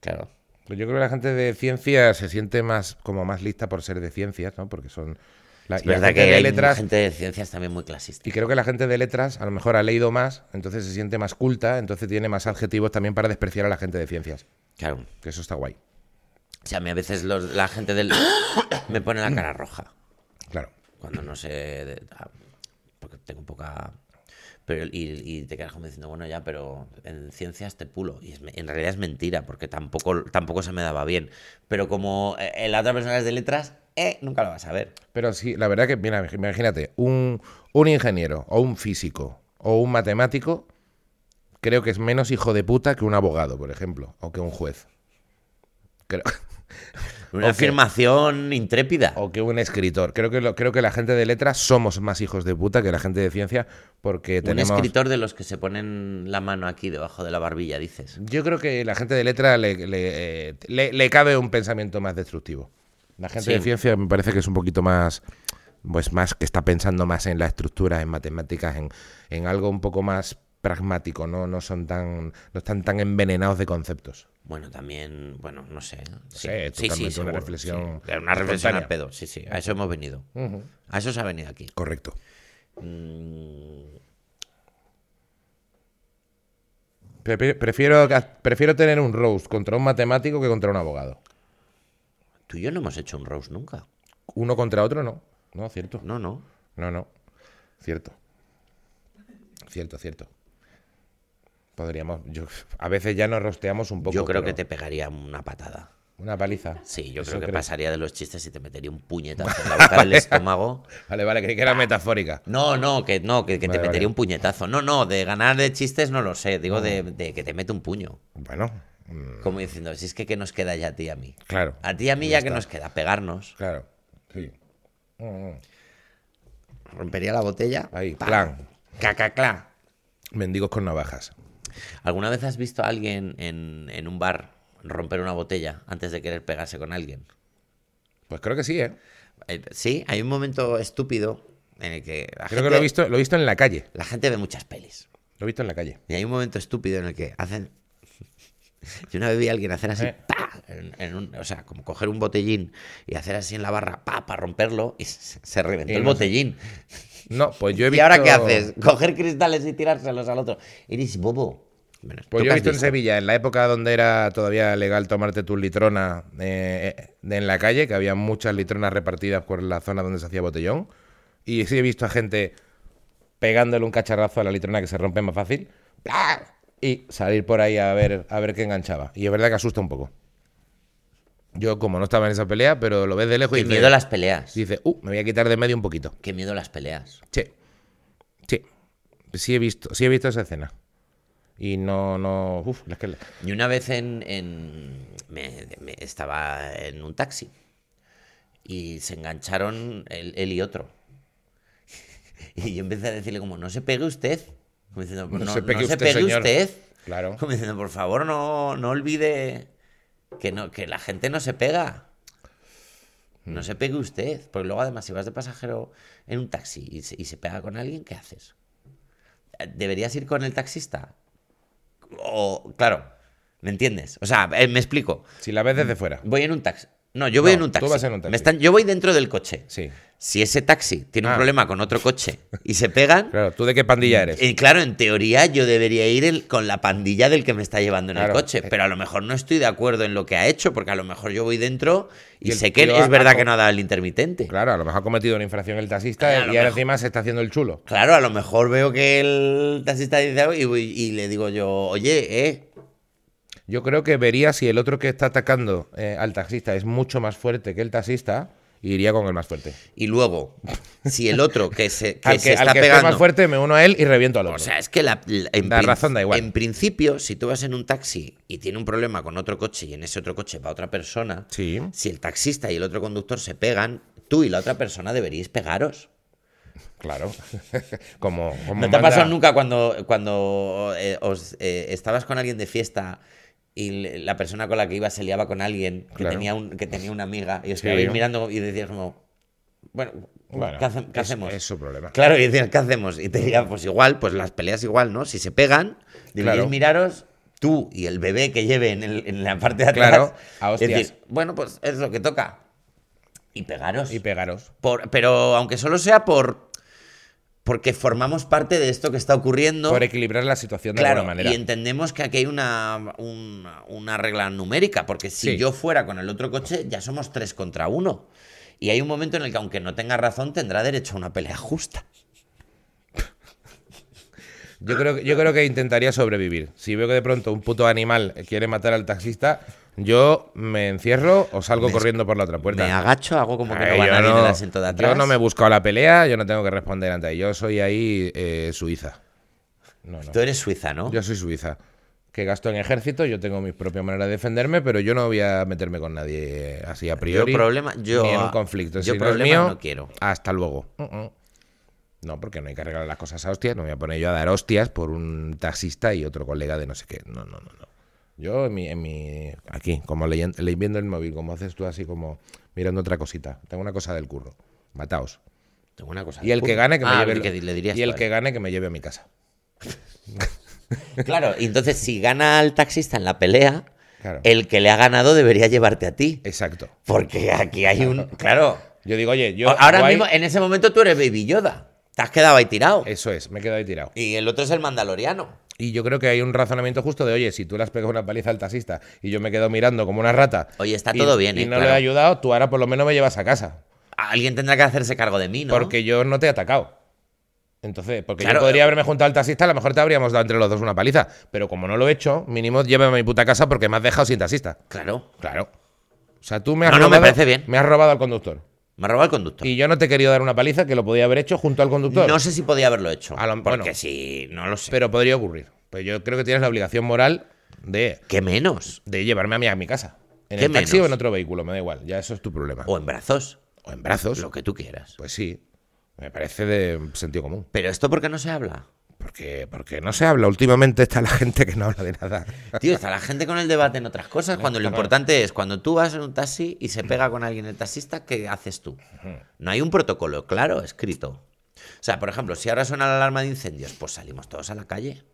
[SPEAKER 1] Claro.
[SPEAKER 2] Pero Yo creo que la gente de ciencias se siente más como más lista por ser de ciencias, ¿no? Porque son la,
[SPEAKER 1] Es
[SPEAKER 2] y la
[SPEAKER 1] verdad que
[SPEAKER 2] gente
[SPEAKER 1] hay
[SPEAKER 2] de letras
[SPEAKER 1] gente de ciencias también muy clasista.
[SPEAKER 2] y creo que la gente de letras a lo mejor ha leído más, entonces se siente más culta, entonces tiene más adjetivos también para despreciar a la gente de ciencias,
[SPEAKER 1] Claro.
[SPEAKER 2] que eso está guay.
[SPEAKER 1] O sea, a mí a veces los- la gente del. me pone la cara roja.
[SPEAKER 2] Claro.
[SPEAKER 1] cuando no sé de- ah, porque tengo poca pero y, y te quedas como diciendo bueno ya pero en ciencias te pulo y es me- en realidad es mentira porque tampoco tampoco se me daba bien pero como eh, eh, la otra persona es de letras eh, nunca lo vas a ver
[SPEAKER 2] Pero sí, la verdad que mira, imagínate, un un ingeniero o un físico o un matemático creo que es menos hijo de puta que un abogado, por ejemplo, o que un juez. Creo
[SPEAKER 1] una
[SPEAKER 2] Ok.
[SPEAKER 1] afirmación intrépida
[SPEAKER 2] o que un escritor. Creo que, lo- creo que la gente de letras somos más hijos de puta que la gente de ciencia porque
[SPEAKER 1] un
[SPEAKER 2] tenemos...
[SPEAKER 1] escritor de los que se ponen la mano aquí debajo de la barbilla dices
[SPEAKER 2] Yo creo que la gente de letras le, le, eh, le- le cabe un pensamiento más destructivo. La gente
[SPEAKER 1] Sí.
[SPEAKER 2] de ciencia me parece que es un poquito más... Pues más que está pensando más en la estructura, en matemáticas, en, en algo un poco más pragmático, ¿no? No son tan, no están tan envenenados de conceptos.
[SPEAKER 1] bueno también bueno no sé ¿eh?
[SPEAKER 2] Sí, totalmente, una reflexión
[SPEAKER 1] sí. una reflexión al
[SPEAKER 2] espontánea.
[SPEAKER 1] pedo sí sí a eso hemos venido a eso se ha venido aquí
[SPEAKER 2] Correcto.
[SPEAKER 1] Mm,
[SPEAKER 2] Pre- Prefiero, prefiero tener un roast contra un matemático que contra un abogado.
[SPEAKER 1] Tú y yo no hemos hecho un roast nunca.
[SPEAKER 2] Uno contra otro no. No, cierto.
[SPEAKER 1] No, no.
[SPEAKER 2] No, no. Cierto. Cierto, cierto. Podríamos. Yo, a veces ya nos rosteamos un poco.
[SPEAKER 1] yo creo
[SPEAKER 2] pero-
[SPEAKER 1] que te pegaría una patada.
[SPEAKER 2] Una paliza.
[SPEAKER 1] Sí, yo
[SPEAKER 2] Eso
[SPEAKER 1] creo que
[SPEAKER 2] creo.
[SPEAKER 1] pasaría de los chistes y te metería un puñetazo en la boca del estómago.
[SPEAKER 2] Vale, vale, creí que era metafórica.
[SPEAKER 1] No, no, que no, que, que
[SPEAKER 2] Vale,
[SPEAKER 1] te metería
[SPEAKER 2] vale.
[SPEAKER 1] un puñetazo. No, no, de ganar de chistes no lo sé. Digo, de, de que te mete un puño.
[SPEAKER 2] Bueno, mm,
[SPEAKER 1] Como diciendo, si es que ¿qué nos queda ya a ti y a mí?
[SPEAKER 2] claro.
[SPEAKER 1] A ti y a mí ya, que nos queda, pegarnos.
[SPEAKER 2] Claro. Sí. Mm, mm.
[SPEAKER 1] Rompería la botella.
[SPEAKER 2] Ahí,
[SPEAKER 1] ¡pam!
[SPEAKER 2] clan.
[SPEAKER 1] Cacaclá.
[SPEAKER 2] Mendigos con navajas.
[SPEAKER 1] ¿Alguna vez has visto a alguien en, en un bar romper una botella antes de querer pegarse con alguien?
[SPEAKER 2] Pues creo que sí, ¿eh?
[SPEAKER 1] Eh, Sí, hay un momento estúpido en el que la,
[SPEAKER 2] Creo
[SPEAKER 1] gente,
[SPEAKER 2] que lo he visto, lo he visto en la calle.
[SPEAKER 1] la gente ve muchas pelis.
[SPEAKER 2] Lo he visto en la calle.
[SPEAKER 1] Y hay un momento estúpido en el que hacen. Yo una vez vi a alguien hacer así,
[SPEAKER 2] Eh.
[SPEAKER 1] ¡pa! En, en un- o sea, como coger un botellín y hacer así en la barra, ¡pa! para romperlo y se, se reventó
[SPEAKER 2] Y
[SPEAKER 1] el
[SPEAKER 2] no sé.
[SPEAKER 1] botellín.
[SPEAKER 2] No, pues yo he
[SPEAKER 1] ¿Y
[SPEAKER 2] visto.
[SPEAKER 1] ahora qué haces? Coger cristales y tirárselos al otro. Eres bobo. Bueno, ¿tú
[SPEAKER 2] Pues
[SPEAKER 1] qué
[SPEAKER 2] yo he
[SPEAKER 1] has
[SPEAKER 2] visto en
[SPEAKER 1] visto?
[SPEAKER 2] Sevilla, en la época donde era todavía legal tomarte tus litronas eh, eh, en la calle, que había muchas litronas repartidas por la zona donde se hacía botellón. Y sí he visto a gente pegándole un cacharrazo a la litrona que se rompe más fácil. ¡pla! Y salir por ahí a ver, a ver qué enganchaba. Y es verdad que asusta un poco. Yo, como no estaba en esa pelea, pero lo ves de lejos y
[SPEAKER 1] Qué
[SPEAKER 2] dices,
[SPEAKER 1] miedo a las peleas.
[SPEAKER 2] dices, uh, me voy a quitar de medio un poquito.
[SPEAKER 1] Qué miedo a las peleas.
[SPEAKER 2] Sí. Sí. Sí he visto, sí he visto esa escena. Y no, no. Uf, es que.
[SPEAKER 1] Y una vez en, en- me- me- estaba en un taxi y se engancharon él, él y otro. Y yo empecé a decirle como, no se pegue usted. Como diciendo, no, no se pegue usted.
[SPEAKER 2] señor". Claro.
[SPEAKER 1] Como diciendo, por favor, no, no olvide que, no, que la gente no se pega. No se pegue usted. Porque luego además si vas de pasajero en un taxi y se- y se pega con alguien, ¿qué haces? ¿Deberías ir con el taxista? O, claro, ¿me entiendes? O sea, eh, me explico.
[SPEAKER 2] Si la ves desde fuera.
[SPEAKER 1] Voy en un taxi. No, yo voy
[SPEAKER 2] No,
[SPEAKER 1] en un
[SPEAKER 2] tú
[SPEAKER 1] taxi.
[SPEAKER 2] vas en un taxi.
[SPEAKER 1] Me están- yo voy dentro del coche.
[SPEAKER 2] Sí.
[SPEAKER 1] Si ese taxi tiene
[SPEAKER 2] Ah.
[SPEAKER 1] un problema con otro coche y se pegan,
[SPEAKER 2] Claro, ¿tú de qué pandilla eres?
[SPEAKER 1] eh, claro, en teoría yo debería ir el- con la pandilla del que me está llevando en
[SPEAKER 2] Claro. eh.
[SPEAKER 1] el coche, pero a lo mejor no estoy de acuerdo en lo que ha hecho, porque a lo mejor yo voy dentro y,
[SPEAKER 2] Y el
[SPEAKER 1] sé que él-
[SPEAKER 2] tío
[SPEAKER 1] es
[SPEAKER 2] ha-
[SPEAKER 1] verdad
[SPEAKER 2] ha-
[SPEAKER 1] que no ha dado el intermitente.
[SPEAKER 2] Claro, a lo mejor ha cometido una infracción el taxista
[SPEAKER 1] Claro, a
[SPEAKER 2] y
[SPEAKER 1] lo
[SPEAKER 2] ahora
[SPEAKER 1] mejor.
[SPEAKER 2] encima se está haciendo el chulo.
[SPEAKER 1] Claro, a lo mejor veo que el taxista dice algo y, voy- y le digo yo, oye, eh,
[SPEAKER 2] Yo creo que vería si el otro que está atacando eh, al taxista es mucho más fuerte que el taxista, iría con el más fuerte.
[SPEAKER 1] Y luego, si el otro que se, que
[SPEAKER 2] al
[SPEAKER 1] se
[SPEAKER 2] que, al
[SPEAKER 1] está
[SPEAKER 2] que esté
[SPEAKER 1] pegando.
[SPEAKER 2] más fuerte, me uno a él y reviento al otro.
[SPEAKER 1] o sea, es que la, la- en,
[SPEAKER 2] Da
[SPEAKER 1] prin-
[SPEAKER 2] razón, da igual.
[SPEAKER 1] en principio, si tú vas en un taxi y tiene un problema con otro coche y en ese otro coche va otra persona,
[SPEAKER 2] sí.
[SPEAKER 1] si el taxista y el otro conductor se pegan, tú y la otra persona deberíais pegaros.
[SPEAKER 2] Claro. como,
[SPEAKER 1] ¿No
[SPEAKER 2] como
[SPEAKER 1] te ha
[SPEAKER 2] manda-
[SPEAKER 1] pasado nunca cuando, cuando eh, os, eh, estabas con alguien de fiesta y le- la persona con la que ibas se liaba con alguien que,
[SPEAKER 2] Claro.
[SPEAKER 1] tenía, un, que tenía una amiga y os
[SPEAKER 2] Sí.
[SPEAKER 1] quedabais mirando y decías como, bueno,
[SPEAKER 2] Bueno,
[SPEAKER 1] ¿qué, hace- qué
[SPEAKER 2] es-
[SPEAKER 1] hacemos?
[SPEAKER 2] Es, su problema.
[SPEAKER 1] Claro, y decían, ¿qué hacemos? Y te dirían, pues igual, pues las peleas igual, ¿no? Si se pegan, deberíais
[SPEAKER 2] Claro.
[SPEAKER 1] miraros tú y el bebé que lleve en, el- en la parte de atrás.
[SPEAKER 2] Claro, a hostias.
[SPEAKER 1] Y decir, bueno, pues es lo que toca. Y pegaros.
[SPEAKER 2] Y pegaros.
[SPEAKER 1] Por- pero aunque solo sea por. Porque formamos parte de esto que está ocurriendo.
[SPEAKER 2] Por equilibrar la situación de
[SPEAKER 1] Claro,
[SPEAKER 2] alguna manera.
[SPEAKER 1] y entendemos que aquí hay una, una, una regla numérica, porque si
[SPEAKER 2] Sí.
[SPEAKER 1] yo fuera con el otro coche, ya somos tres contra uno. Y hay un momento en el que, aunque no tenga razón, tendrá derecho a una pelea justa.
[SPEAKER 2] Yo creo, que- yo creo que intentaría sobrevivir. Si veo que de pronto un puto animal quiere matar al taxista, yo me encierro o salgo corriendo por la otra puerta.
[SPEAKER 1] Me agacho, hago como que
[SPEAKER 2] Ay,
[SPEAKER 1] no va
[SPEAKER 2] yo
[SPEAKER 1] nadie en el
[SPEAKER 2] no-
[SPEAKER 1] asiento de atrás.
[SPEAKER 2] Yo no me he buscado la pelea, yo no tengo que responder ante ahí. Yo soy ahí eh, Suiza. No, no.
[SPEAKER 1] Tú eres suiza, ¿no?
[SPEAKER 2] Yo soy Suiza. Que gasto en ejército, yo tengo mis propias maneras de defenderme, pero yo no voy a meterme con nadie así a priori.
[SPEAKER 1] problema- yo-
[SPEAKER 2] ni en un conflicto.
[SPEAKER 1] yo
[SPEAKER 2] Si no es
[SPEAKER 1] problemas
[SPEAKER 2] mío,
[SPEAKER 1] no quiero.
[SPEAKER 2] Hasta luego. Mm, mm. No, porque no hay que arreglar las cosas a hostias. No me voy a poner yo a dar hostias por un taxista y otro colega de no sé qué. No, no, no, no. Yo en mi, en mi aquí, como leyen- leyendo el móvil, como haces tú así como mirando otra cosita. Tengo una cosa del curro. Mataos.
[SPEAKER 1] Tengo una cosa.
[SPEAKER 2] Y el que gane que me
[SPEAKER 1] Ah,
[SPEAKER 2] lleve
[SPEAKER 1] que di- le dirías
[SPEAKER 2] y el
[SPEAKER 1] tú a
[SPEAKER 2] que gane que me lleve a mi casa.
[SPEAKER 1] él. Claro, y entonces si gana el taxista en la pelea,
[SPEAKER 2] Claro.
[SPEAKER 1] el que le ha ganado debería llevarte a ti.
[SPEAKER 2] Exacto.
[SPEAKER 1] Porque aquí hay un. Claro.
[SPEAKER 2] Yo digo, oye, yo
[SPEAKER 1] Ahora
[SPEAKER 2] guay,
[SPEAKER 1] mismo, en ese momento tú eres Baby Yoda. Te has quedado ahí tirado.
[SPEAKER 2] Eso es, me he quedado ahí tirado.
[SPEAKER 1] Y el otro es el Mandaloriano.
[SPEAKER 2] Y yo creo que hay un razonamiento justo de, oye, si tú le has pegado una paliza al taxista y yo me quedo mirando como una rata.
[SPEAKER 1] Oye, está
[SPEAKER 2] y-
[SPEAKER 1] todo bien,
[SPEAKER 2] Y
[SPEAKER 1] eh,
[SPEAKER 2] no le he
[SPEAKER 1] claro.
[SPEAKER 2] ayudado, tú ahora por lo menos me llevas a casa.
[SPEAKER 1] Alguien tendrá que hacerse cargo de mí, ¿no?
[SPEAKER 2] Porque yo no te he atacado. Entonces, porque
[SPEAKER 1] Claro,
[SPEAKER 2] yo podría
[SPEAKER 1] eh.
[SPEAKER 2] haberme juntado al taxista, a lo mejor te habríamos dado entre los dos una paliza. Pero como no lo he hecho, mínimo llévame a mi puta casa porque me has dejado sin taxista.
[SPEAKER 1] Claro.
[SPEAKER 2] Claro. O sea, tú me has
[SPEAKER 1] No, no,
[SPEAKER 2] robado.
[SPEAKER 1] me parece bien.
[SPEAKER 2] me has robado al conductor.
[SPEAKER 1] Me ha robado el conductor.
[SPEAKER 2] Y yo no te he querido dar una paliza que lo podía haber hecho junto al conductor.
[SPEAKER 1] No sé si podía haberlo hecho.
[SPEAKER 2] A lo-
[SPEAKER 1] porque
[SPEAKER 2] bueno.
[SPEAKER 1] si no lo sé.
[SPEAKER 2] Pero podría ocurrir. Pues yo creo que tienes la obligación moral de,
[SPEAKER 1] ¿Qué menos?
[SPEAKER 2] de llevarme a mí a mi casa. En
[SPEAKER 1] ¿Qué
[SPEAKER 2] el taxi
[SPEAKER 1] menos?
[SPEAKER 2] o en otro vehículo, me da igual. Ya eso es tu problema.
[SPEAKER 1] O en brazos.
[SPEAKER 2] O en brazos.
[SPEAKER 1] Lo que tú quieras.
[SPEAKER 2] Pues sí. Me parece de sentido común.
[SPEAKER 1] Pero esto porque no se habla.
[SPEAKER 2] Porque, porque no se habla. Últimamente está la gente que no habla de nada.
[SPEAKER 1] Tío, está la gente con el debate en otras cosas cuando lo importante es cuando tú vas en un taxi y se pega con alguien el taxista, ¿qué haces tú? No hay un protocolo claro escrito. O sea, por ejemplo, si ahora suena la alarma de incendios, pues salimos todos a la calle.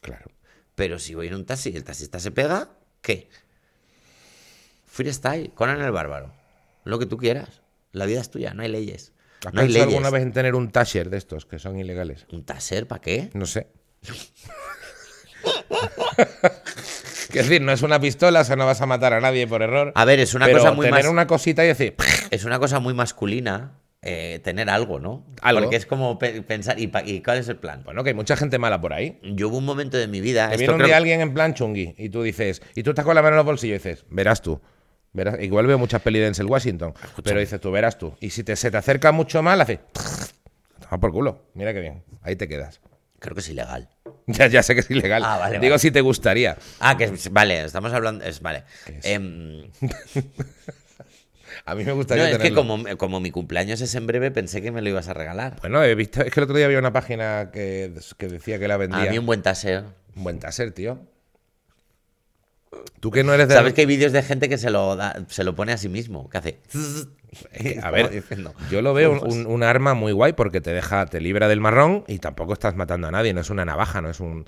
[SPEAKER 2] Claro.
[SPEAKER 1] Pero si voy en un taxi y el taxista se pega, ¿qué? Freestyle, Conan el Bárbaro. Lo que tú quieras. La vida es tuya, no hay leyes.
[SPEAKER 2] ¿Has
[SPEAKER 1] No hay
[SPEAKER 2] pensado
[SPEAKER 1] leyes.
[SPEAKER 2] alguna vez en tener un tasher de estos que son ilegales?
[SPEAKER 1] ¿Un taser para qué?
[SPEAKER 2] No sé. Es decir, no es una pistola, o sea, no vas a matar a nadie por error.
[SPEAKER 1] A ver, es una
[SPEAKER 2] pero
[SPEAKER 1] cosa muy
[SPEAKER 2] tener
[SPEAKER 1] mas-
[SPEAKER 2] una cosita y decir,
[SPEAKER 1] Es una cosa muy masculina eh, tener algo, ¿no?
[SPEAKER 2] Algo.
[SPEAKER 1] Porque es como pe- pensar, ¿y, pa- y cuál es el plan?
[SPEAKER 2] bueno, que hay mucha gente mala por ahí.
[SPEAKER 1] Yo hubo un momento de mi vida.
[SPEAKER 2] Te
[SPEAKER 1] esto
[SPEAKER 2] viene un
[SPEAKER 1] creo-
[SPEAKER 2] día alguien en plan chungui y tú dices, y tú estás con la mano en los bolsillos y dices, verás tú. Verás, igual veo muchas pelis de Denzel Washington,
[SPEAKER 1] Ah,
[SPEAKER 2] pero dices tú, verás tú. Y si te, se te acerca mucho más, haces, toma por culo, mira qué bien, ahí te quedas.
[SPEAKER 1] Creo que es ilegal.
[SPEAKER 2] Ya, ya sé que es ilegal.
[SPEAKER 1] Ah, vale,
[SPEAKER 2] Digo
[SPEAKER 1] vale.
[SPEAKER 2] si te gustaría.
[SPEAKER 1] Ah, que es- vale, estamos hablando. Es, vale. Em,
[SPEAKER 2] A mí me
[SPEAKER 1] no,
[SPEAKER 2] gustaría
[SPEAKER 1] es que
[SPEAKER 2] tenerlo.
[SPEAKER 1] como, como mi cumpleaños es en breve, pensé que me lo ibas a regalar.
[SPEAKER 2] Bueno, he visto, es que el otro día había una página que, que decía que la vendía.
[SPEAKER 1] A mí un buen taseo.
[SPEAKER 2] Un buen taser, tío. Tú que no eres de...
[SPEAKER 1] ¿Sabes que hay vídeos de gente que se lo, da- se lo pone a sí mismo? Que hace.
[SPEAKER 2] Eh, A
[SPEAKER 1] Como
[SPEAKER 2] ver,
[SPEAKER 1] diciendo,
[SPEAKER 2] yo lo veo un,
[SPEAKER 1] "Ufas".
[SPEAKER 2] un- un arma muy guay porque te deja, te libra del marrón y tampoco estás matando a nadie, no es una navaja, no es un...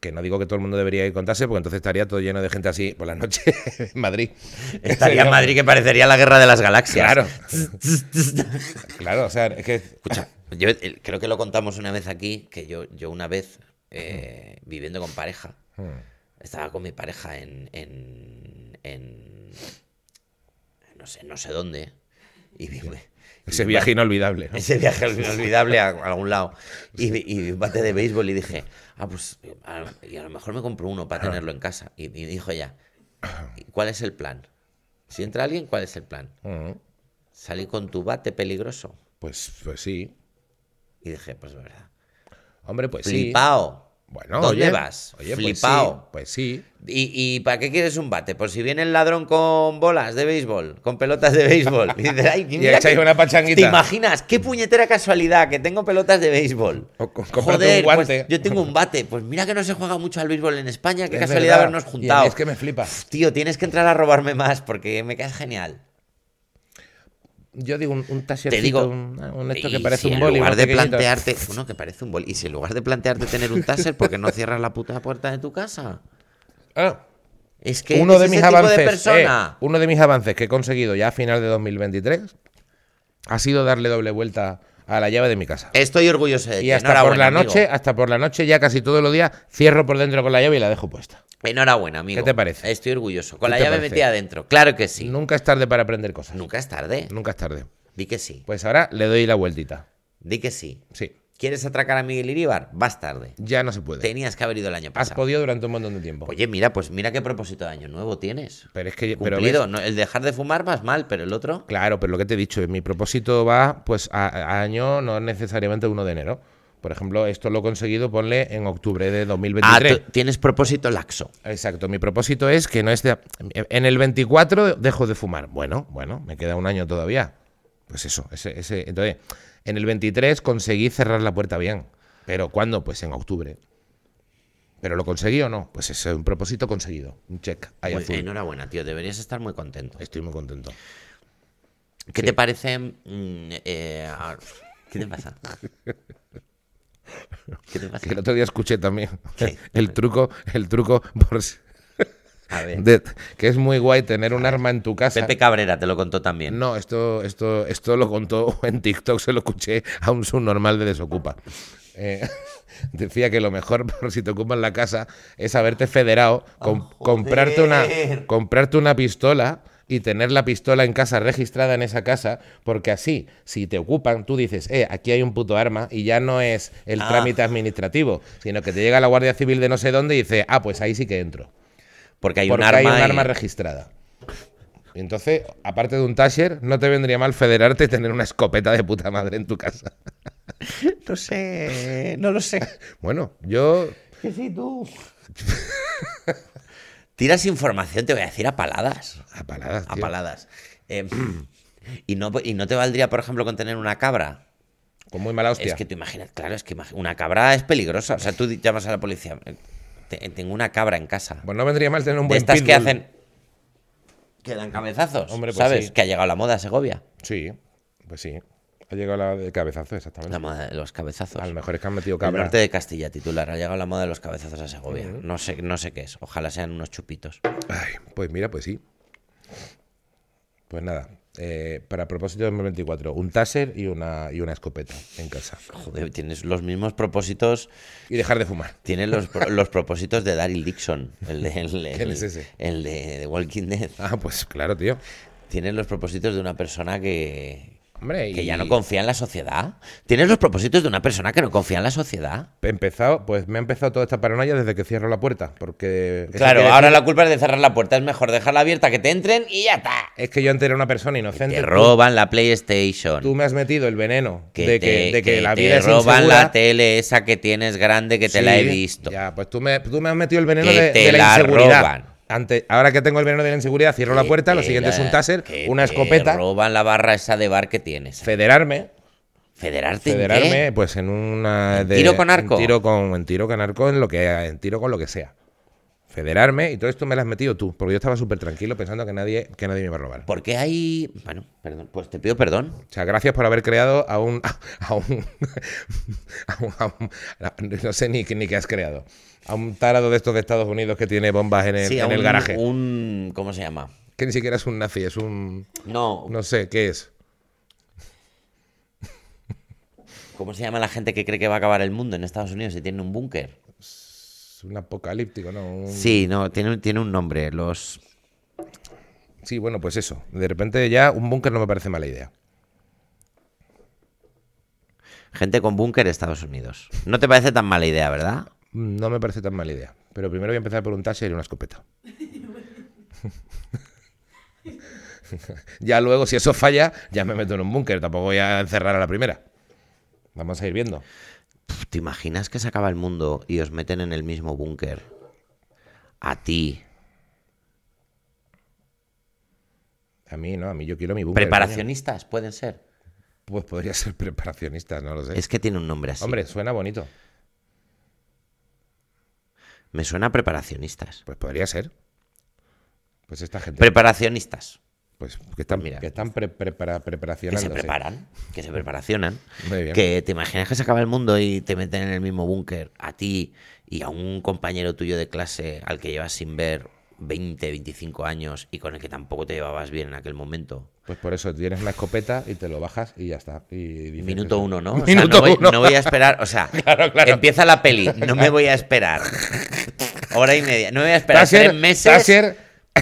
[SPEAKER 2] Que no digo que todo el mundo debería ir con taser porque entonces estaría todo lleno de gente así por la noche en Madrid.
[SPEAKER 1] Estaría en
[SPEAKER 2] Sería-
[SPEAKER 1] Madrid que parecería la guerra de las galaxias.
[SPEAKER 2] Claro, claro, o sea, es que...
[SPEAKER 1] Escucha, yo eh, creo que lo contamos una vez aquí, que yo, yo una vez, eh, viviendo con pareja, estaba con mi pareja en, en, en- no sé, no sé dónde, y vi-
[SPEAKER 2] Ese viaje inolvidable. ¿no?
[SPEAKER 1] ese viaje inolvidable a, a algún lado, y, vi- y vi un bate de béisbol y dije, ah, pues, a, y a lo mejor me compro uno para tenerlo en casa, y, y dijo ella, "¿Y ¿cuál es el plan? Si entra alguien, ¿cuál es el plan?
[SPEAKER 2] Mm,
[SPEAKER 1] Salir con tu bate peligroso.
[SPEAKER 2] Pues, pues sí.
[SPEAKER 1] Y dije, pues verdad.
[SPEAKER 2] Hombre, pues sí.
[SPEAKER 1] Flipao.
[SPEAKER 2] Bueno,
[SPEAKER 1] ¿Dónde
[SPEAKER 2] oye,
[SPEAKER 1] vas?
[SPEAKER 2] Oye, pues
[SPEAKER 1] Flipao.
[SPEAKER 2] sí, Pues sí.
[SPEAKER 1] ¿Y, y para qué quieres un bate? Por si viene el ladrón con bolas de béisbol, con pelotas de béisbol. Y dices, "Ay, mira
[SPEAKER 2] echáis
[SPEAKER 1] que-
[SPEAKER 2] una pachanguita".
[SPEAKER 1] ¿Te imaginas? ¡Qué puñetera casualidad que tengo pelotas de béisbol!
[SPEAKER 2] O co- cómprate un
[SPEAKER 1] pues
[SPEAKER 2] guante.
[SPEAKER 1] yo tengo un bate. Pues mira que no se juega mucho al béisbol en España. ¡Qué
[SPEAKER 2] Es
[SPEAKER 1] casualidad
[SPEAKER 2] verdad.
[SPEAKER 1] habernos
[SPEAKER 2] Y a mí
[SPEAKER 1] juntado!
[SPEAKER 2] es que me flipa.
[SPEAKER 1] Tío, tienes que entrar a robarme más porque me caes genial.
[SPEAKER 2] Yo digo un, un
[SPEAKER 1] Te digo,
[SPEAKER 2] un, un esto que
[SPEAKER 1] y
[SPEAKER 2] parece
[SPEAKER 1] si
[SPEAKER 2] un
[SPEAKER 1] en
[SPEAKER 2] boli.
[SPEAKER 1] lugar
[SPEAKER 2] más
[SPEAKER 1] de
[SPEAKER 2] pequeñito.
[SPEAKER 1] plantearte, uno que parece un boli, y si en lugar de plantearte tener un taser, ¿por qué no cierras la puta puerta de tu casa?
[SPEAKER 2] Ah,
[SPEAKER 1] Es que
[SPEAKER 2] uno
[SPEAKER 1] es
[SPEAKER 2] de
[SPEAKER 1] ese
[SPEAKER 2] mis
[SPEAKER 1] tipo
[SPEAKER 2] avances,
[SPEAKER 1] de
[SPEAKER 2] eh,
[SPEAKER 1] persona.
[SPEAKER 2] uno de mis avances que he conseguido ya a final de 2023 ha sido darle doble vuelta a la llave de mi casa.
[SPEAKER 1] Estoy orgulloso de ti.
[SPEAKER 2] Y hasta por
[SPEAKER 1] Eh, Enhorabuena,
[SPEAKER 2] la
[SPEAKER 1] amigo.
[SPEAKER 2] noche, ah, hasta por la noche ya casi todos los días cierro por dentro con la llave y la dejo puesta.
[SPEAKER 1] Enhorabuena, amigo.
[SPEAKER 2] ¿Qué te parece?
[SPEAKER 1] Estoy orgulloso. Con
[SPEAKER 2] ¿Qué
[SPEAKER 1] la
[SPEAKER 2] te
[SPEAKER 1] llave
[SPEAKER 2] parece?
[SPEAKER 1] metida adentro. Claro que sí.
[SPEAKER 2] Nunca es tarde para aprender cosas.
[SPEAKER 1] Nunca es tarde.
[SPEAKER 2] Nunca es tarde.
[SPEAKER 1] Di que sí.
[SPEAKER 2] Pues ahora le doy la vueltita.
[SPEAKER 1] Di que sí.
[SPEAKER 2] Sí,
[SPEAKER 1] ¿Quieres atracar a Miguel Iríbar? Vas tarde.
[SPEAKER 2] ya no se puede.
[SPEAKER 1] Tenías que haber ido el año
[SPEAKER 2] Has
[SPEAKER 1] pasado.
[SPEAKER 2] podido durante un montón de tiempo.
[SPEAKER 1] Oye, mira, pues mira qué propósito de año nuevo tienes.
[SPEAKER 2] Pero es que pero
[SPEAKER 1] Cumplido. No, el dejar de fumar vas mal, pero el otro.
[SPEAKER 2] Claro, pero lo que te he dicho, mi propósito va pues a, a año, no necesariamente 1 de enero. Por ejemplo, esto lo he conseguido, ponle en octubre de
[SPEAKER 1] Ah,
[SPEAKER 2] 2023.
[SPEAKER 1] tú tienes propósito laxo.
[SPEAKER 2] Exacto, mi propósito es que no es de- en el 24 dejo de fumar. Bueno, bueno, me queda un año todavía. Pues eso, ese, ese- entonces, en el 23 conseguí cerrar la puerta bien. ¿Pero cuándo? Pues en octubre. ¿Pero lo conseguí o no? Pues ese es un propósito conseguido, un check ahí
[SPEAKER 1] Muy-
[SPEAKER 2] azul.
[SPEAKER 1] Pues enhorabuena, tío. Deberías estar muy contento.
[SPEAKER 2] Estoy muy contento.
[SPEAKER 1] ¿Qué te parece? mm, eh, a- ¿Qué te pasa? ¿Qué te pasa?
[SPEAKER 2] Que el otro día escuché también
[SPEAKER 1] ¿Qué?
[SPEAKER 2] el truco, el truco por si-
[SPEAKER 1] A ver.
[SPEAKER 2] de- que es muy guay tener un arma en tu casa.
[SPEAKER 1] Pepe Cabrera te lo contó también.
[SPEAKER 2] No, esto, esto, esto lo contó en TikTok, se lo escuché a un subnormal de Desocupa. Eh, decía que lo mejor por si te ocupan la casa es haberte federado, com- comprarte, una,
[SPEAKER 1] joder.
[SPEAKER 2] comprarte una pistola y tener la pistola en casa registrada en esa casa, porque así, si te ocupan, tú dices, eh, aquí hay un puto arma y ya no es el
[SPEAKER 1] Ah.
[SPEAKER 2] trámite administrativo, sino que te llega la Guardia Civil de no sé dónde y dice, ah, pues ahí sí que entro,
[SPEAKER 1] Porque hay un
[SPEAKER 2] porque
[SPEAKER 1] arma.
[SPEAKER 2] hay un
[SPEAKER 1] y-
[SPEAKER 2] arma registrada. Y entonces, aparte de un tasher, no te vendría mal federarte y tener una escopeta de puta madre en tu casa.
[SPEAKER 1] No sé, no lo sé.
[SPEAKER 2] Bueno, yo.
[SPEAKER 1] Que sí, tú. Tiras información, te voy a decir, a paladas.
[SPEAKER 2] A paladas,
[SPEAKER 1] A
[SPEAKER 2] tío.
[SPEAKER 1] paladas. Eh, y, no, ¿Y no te valdría, por ejemplo, con tener una cabra?
[SPEAKER 2] Con muy mala hostia.
[SPEAKER 1] Es que tú imaginas, claro, es que imagi- una cabra es peligrosa. O sea, tú di- llamas a la policía. eh, te- tengo una cabra en casa.
[SPEAKER 2] Pues no vendría mal tener un
[SPEAKER 1] de
[SPEAKER 2] buen
[SPEAKER 1] estas que
[SPEAKER 2] pitbull.
[SPEAKER 1] hacen. Que dan cabezazos.
[SPEAKER 2] Hombre, pues
[SPEAKER 1] ¿Sabes?
[SPEAKER 2] sí.
[SPEAKER 1] Que ha llegado la moda a Segovia.
[SPEAKER 2] Sí, pues sí. Ha llegado la de cabezazo, exactamente.
[SPEAKER 1] La moda de los cabezazos.
[SPEAKER 2] A lo mejor es que han metido
[SPEAKER 1] El
[SPEAKER 2] cabra.
[SPEAKER 1] norte de Castilla, titular. Ha llegado la moda de los cabezazos a Segovia. no, sé, no sé qué es. Ojalá sean unos chupitos.
[SPEAKER 2] Ay, pues mira, pues sí. Pues nada. eh, para propósito de 2024, un taser y una, y una escopeta en casa.
[SPEAKER 1] Joder, tienes los mismos propósitos.
[SPEAKER 2] Y dejar de fumar.
[SPEAKER 1] Tienes los, pro- los propósitos de Daryl Dixon. El de, el, de-
[SPEAKER 2] ¿Quién es ese?
[SPEAKER 1] el de The Walking Dead.
[SPEAKER 2] Ah, pues claro, tío.
[SPEAKER 1] Tienes los propósitos de una persona que,
[SPEAKER 2] Hombre,
[SPEAKER 1] Que
[SPEAKER 2] y
[SPEAKER 1] ya no confía en la sociedad. ¿Tienes los propósitos de una persona que no confía en la sociedad?
[SPEAKER 2] he empezado, pues me ha empezado toda esta paranoia desde que cierro la puerta, porque eso
[SPEAKER 1] Claro,
[SPEAKER 2] quiere
[SPEAKER 1] ahora la culpa es de cerrar la puerta. Es mejor dejarla abierta, que te entren y ya está.
[SPEAKER 2] decir- es que yo antes era una persona inocente.
[SPEAKER 1] Te
[SPEAKER 2] tú-
[SPEAKER 1] roban la PlayStation.
[SPEAKER 2] Tú me has metido el veneno
[SPEAKER 1] que
[SPEAKER 2] de,
[SPEAKER 1] te,
[SPEAKER 2] que, de que
[SPEAKER 1] que
[SPEAKER 2] la
[SPEAKER 1] te
[SPEAKER 2] vida es
[SPEAKER 1] roban
[SPEAKER 2] insegura.
[SPEAKER 1] la tele esa que tienes grande que te la he
[SPEAKER 2] Sí,
[SPEAKER 1] visto.
[SPEAKER 2] Ya, pues tú me, tú me has metido el veneno
[SPEAKER 1] Que
[SPEAKER 2] de,
[SPEAKER 1] te
[SPEAKER 2] de la,
[SPEAKER 1] la
[SPEAKER 2] inseguridad.
[SPEAKER 1] roban.
[SPEAKER 2] Ante- ahora que tengo el veneno de la inseguridad, cierro la
[SPEAKER 1] Que
[SPEAKER 2] puerta, lo
[SPEAKER 1] te
[SPEAKER 2] siguiente es
[SPEAKER 1] la-
[SPEAKER 2] un taser,
[SPEAKER 1] que
[SPEAKER 2] una
[SPEAKER 1] te
[SPEAKER 2] escopeta,
[SPEAKER 1] roban la barra esa de bar que tienes.
[SPEAKER 2] federarme,
[SPEAKER 1] Federarte. en qué?
[SPEAKER 2] federarme, pues en una
[SPEAKER 1] ¿En tiro con arco?
[SPEAKER 2] en tiro con, en tiro con arco, en lo que en tiro con lo que sea. Federarme, y todo esto me lo has metido tú, porque yo estaba súper tranquilo pensando que nadie, que nadie me iba a robar.
[SPEAKER 1] ¿Por qué hay.? Bueno, perdón, pues te pido perdón.
[SPEAKER 2] O sea, gracias por haber creado a un. A, a un, a un- a un- a- no sé ni, qué- ni qué has creado. A un tarado de estos de Estados Unidos que tiene bombas en el,
[SPEAKER 1] Sí, a
[SPEAKER 2] en el
[SPEAKER 1] un-
[SPEAKER 2] garaje.
[SPEAKER 1] Un, ¿Cómo se llama?
[SPEAKER 2] Que ni siquiera es un nazi, es un.
[SPEAKER 1] No,
[SPEAKER 2] No sé, ¿qué es?
[SPEAKER 1] ¿Cómo se llama la gente que cree que va a acabar el mundo en Estados Unidos y tiene un búnker?
[SPEAKER 2] Es un apocalíptico, ¿no? Un-
[SPEAKER 1] Sí, no, tiene, un- tiene un nombre. Los.
[SPEAKER 2] Sí, bueno, pues eso. De repente ya un búnker no me parece mala idea.
[SPEAKER 1] Gente con búnker Estados Unidos. No te parece tan mala idea, ¿verdad?
[SPEAKER 2] No me parece tan mala idea. Pero primero voy a empezar por un taser y una escopeta. ya luego, si eso falla, ya me meto en un búnker. Tampoco voy a encerrar a la primera. Vamos a ir viendo.
[SPEAKER 1] Pf, ¿Te imaginas que se acaba el mundo y os meten en el mismo búnker? A ti.
[SPEAKER 2] A mí, ¿no? A mí yo quiero mi búnker. coño.
[SPEAKER 1] Preparacionistas, pueden ser.
[SPEAKER 2] Pues podría ser preparacionista, no lo sé.
[SPEAKER 1] Es que tiene un nombre así.
[SPEAKER 2] Hombre, suena bonito.
[SPEAKER 1] Me suena a preparacionistas.
[SPEAKER 2] Pues podría ser. Pues esta gente.
[SPEAKER 1] Preparacionistas.
[SPEAKER 2] pues que están,
[SPEAKER 1] Mira.
[SPEAKER 2] que están pre- prepara-
[SPEAKER 1] Que se
[SPEAKER 2] preparacionándose.
[SPEAKER 1] preparan. Que se preparacionan.
[SPEAKER 2] Muy bien.
[SPEAKER 1] Que te imaginas que se acaba el mundo y te meten en el mismo búnker a ti y a un compañero tuyo de clase al que llevas sin ver 20, 25 años y con el que tampoco te llevabas bien en aquel momento.
[SPEAKER 2] Pues por eso tienes una escopeta y te lo bajas y ya está. Y dices
[SPEAKER 1] Minuto
[SPEAKER 2] eso.
[SPEAKER 1] uno, ¿no? O sea,
[SPEAKER 2] Minuto
[SPEAKER 1] no, voy,
[SPEAKER 2] uno.
[SPEAKER 1] no voy a esperar. O sea, empieza la peli. No me voy a esperar. Hora y media. No me voy a esperar
[SPEAKER 2] Taser,
[SPEAKER 1] tres meses.
[SPEAKER 2] Taser,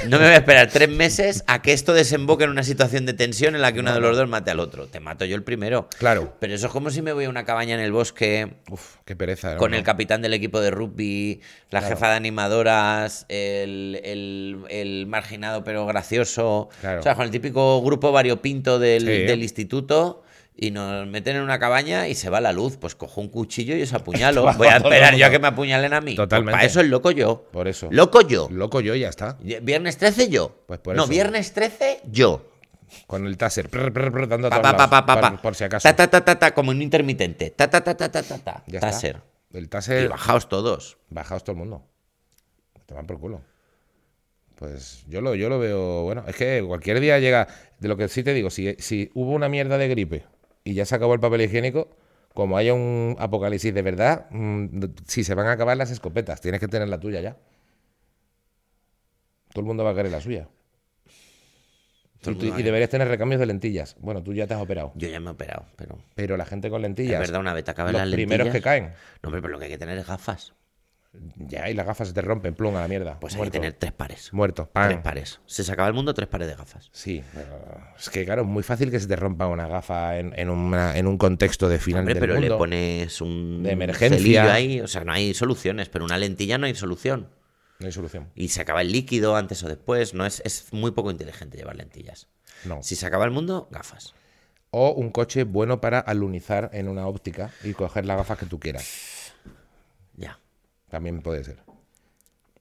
[SPEAKER 1] No me voy a esperar tres meses a que esto desemboque en una situación de tensión en la que uno de los dos mate al otro. Te mato yo el primero.
[SPEAKER 2] Claro.
[SPEAKER 1] Pero eso es como si me voy a una cabaña en el bosque
[SPEAKER 2] Uf, qué pereza. ¿no?
[SPEAKER 1] con el capitán del equipo de rugby, la jefa de animadoras, el, el- el marginado pero gracioso.
[SPEAKER 2] Claro.
[SPEAKER 1] O sea, con el típico grupo variopinto del,
[SPEAKER 2] Sí.
[SPEAKER 1] del instituto. Y nos meten en una cabaña y se va la luz. Pues cojo un cuchillo y os apuñalo. Voy a
[SPEAKER 2] todo el
[SPEAKER 1] esperar
[SPEAKER 2] mundo.
[SPEAKER 1] yo a que me apuñalen a mí.
[SPEAKER 2] Totalmente.
[SPEAKER 1] para eso es loco yo.
[SPEAKER 2] Por eso.
[SPEAKER 1] Loco yo.
[SPEAKER 2] Loco yo, ya está.
[SPEAKER 1] Viernes 13 yo.
[SPEAKER 2] Pues por
[SPEAKER 1] no,
[SPEAKER 2] eso.
[SPEAKER 1] viernes 13 yo.
[SPEAKER 2] Con el taser. prr, prr, prr, dando a
[SPEAKER 1] Pa,
[SPEAKER 2] todos
[SPEAKER 1] pa, pa,
[SPEAKER 2] lados,
[SPEAKER 1] pa, pa,
[SPEAKER 2] por-
[SPEAKER 1] pa.
[SPEAKER 2] Por si acaso.
[SPEAKER 1] Ta, ta, ta, ta, ta, como un intermitente. Ta, ta, ta, ta, ta, ta, ta.
[SPEAKER 2] Ya está. Eh.
[SPEAKER 1] Taser.
[SPEAKER 2] El
[SPEAKER 1] Y
[SPEAKER 2] taser.
[SPEAKER 1] bajaos todos.
[SPEAKER 2] Bajaos todo el mundo. Te van por culo. Pues yo lo, yo lo veo, bueno, es que cualquier día llega, de lo que sí te digo, si, si hubo una mierda de gripe y ya se acabó el papel higiénico, como haya un apocalipsis de verdad, mm, si se van a acabar las escopetas, tienes que tener la tuya ya. Todo el mundo va a querer la suya.
[SPEAKER 1] Todo
[SPEAKER 2] Y,
[SPEAKER 1] el
[SPEAKER 2] tú-
[SPEAKER 1] mundo va
[SPEAKER 2] y
[SPEAKER 1] a-
[SPEAKER 2] deberías tener recambios de lentillas. Bueno, tú ya te has operado.
[SPEAKER 1] Yo ya me he operado, pero.
[SPEAKER 2] Pero la gente con lentillas,
[SPEAKER 1] Es verdad, una vez te acaben
[SPEAKER 2] los
[SPEAKER 1] las
[SPEAKER 2] primeros que
[SPEAKER 1] lentillas.
[SPEAKER 2] caen,
[SPEAKER 1] No, hombre, pero lo que hay que tener es gafas.
[SPEAKER 2] ya, y las gafas se te rompen, plum, a la mierda.
[SPEAKER 1] Pues hay
[SPEAKER 2] muerto,
[SPEAKER 1] que
[SPEAKER 2] Ah.
[SPEAKER 1] tener tres pares.
[SPEAKER 2] muerto, pan.
[SPEAKER 1] Tres pares. Se sacaba el mundo tres pares de gafas.
[SPEAKER 2] Sí, pero es que claro, es muy fácil que se te rompa una gafa en, en una- en un contexto de final
[SPEAKER 1] Hombre,
[SPEAKER 2] del
[SPEAKER 1] pero
[SPEAKER 2] mundo.
[SPEAKER 1] le pones un
[SPEAKER 2] De emergencia.
[SPEAKER 1] celillo ahí. O sea, no hay soluciones, pero una lentilla no hay solución.
[SPEAKER 2] No hay solución.
[SPEAKER 1] Y se acaba el líquido antes o después. No es, es muy poco inteligente llevar lentillas.
[SPEAKER 2] No.
[SPEAKER 1] Si se acaba el mundo, gafas.
[SPEAKER 2] O un coche bueno para alunizar en una óptica y coger las gafas que tú quieras.
[SPEAKER 1] Ya.
[SPEAKER 2] También puede ser.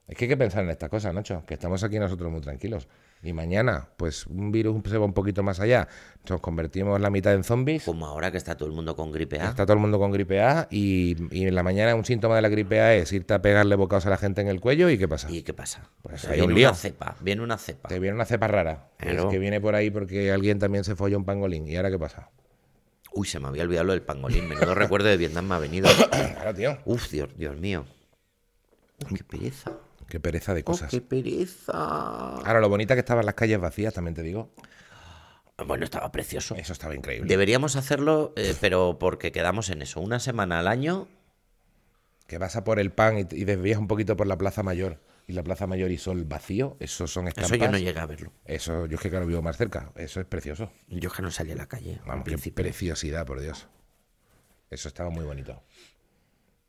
[SPEAKER 2] Es que hay que pensar en estas cosas, Nacho, que estamos aquí nosotros muy tranquilos. Y mañana, pues un virus se va un poquito más allá, nos convertimos la mitad en zombies,
[SPEAKER 1] Como ahora que está todo el mundo con gripe A.
[SPEAKER 2] está todo el mundo con gripe A y, y en la mañana un síntoma de la gripe A es irte a pegarle bocados a la gente en el cuello y ¿qué pasa?
[SPEAKER 1] ¿Y qué pasa?
[SPEAKER 2] Pues
[SPEAKER 1] O sea,
[SPEAKER 2] hay un
[SPEAKER 1] viene
[SPEAKER 2] lío.
[SPEAKER 1] una cepa. Viene una cepa.
[SPEAKER 2] Te viene una cepa rara, que es
[SPEAKER 1] Claro.
[SPEAKER 2] que viene por ahí porque alguien también se folló un pangolín. ¿Y ahora qué pasa?
[SPEAKER 1] Uy, se me había olvidado lo del pangolín. Menudo recuerdo de Vietnam me ha venido.
[SPEAKER 2] Claro, tío.
[SPEAKER 1] Uf, Dios, Dios mío. Qué pereza.
[SPEAKER 2] Qué pereza de
[SPEAKER 1] Oh,
[SPEAKER 2] cosas.
[SPEAKER 1] qué pereza.
[SPEAKER 2] Ahora, lo bonita que estaban las calles vacías, también te digo,
[SPEAKER 1] Bueno, estaba precioso.
[SPEAKER 2] eso estaba increíble.
[SPEAKER 1] Deberíamos hacerlo, eh, pero porque quedamos en eso. Una semana al año.
[SPEAKER 2] Que vas a por el pan y, te- y desvías un poquito por la Plaza Mayor. Y la Plaza Mayor y Sol vacío, esos son estampas.
[SPEAKER 1] Eso yo no llegué a verlo.
[SPEAKER 2] Eso, yo es que claro vivo más cerca. Eso es precioso.
[SPEAKER 1] Yo es que no salí a la calle. en
[SPEAKER 2] Vamos, qué
[SPEAKER 1] principio.
[SPEAKER 2] preciosidad, por Dios. Eso estaba muy bonito.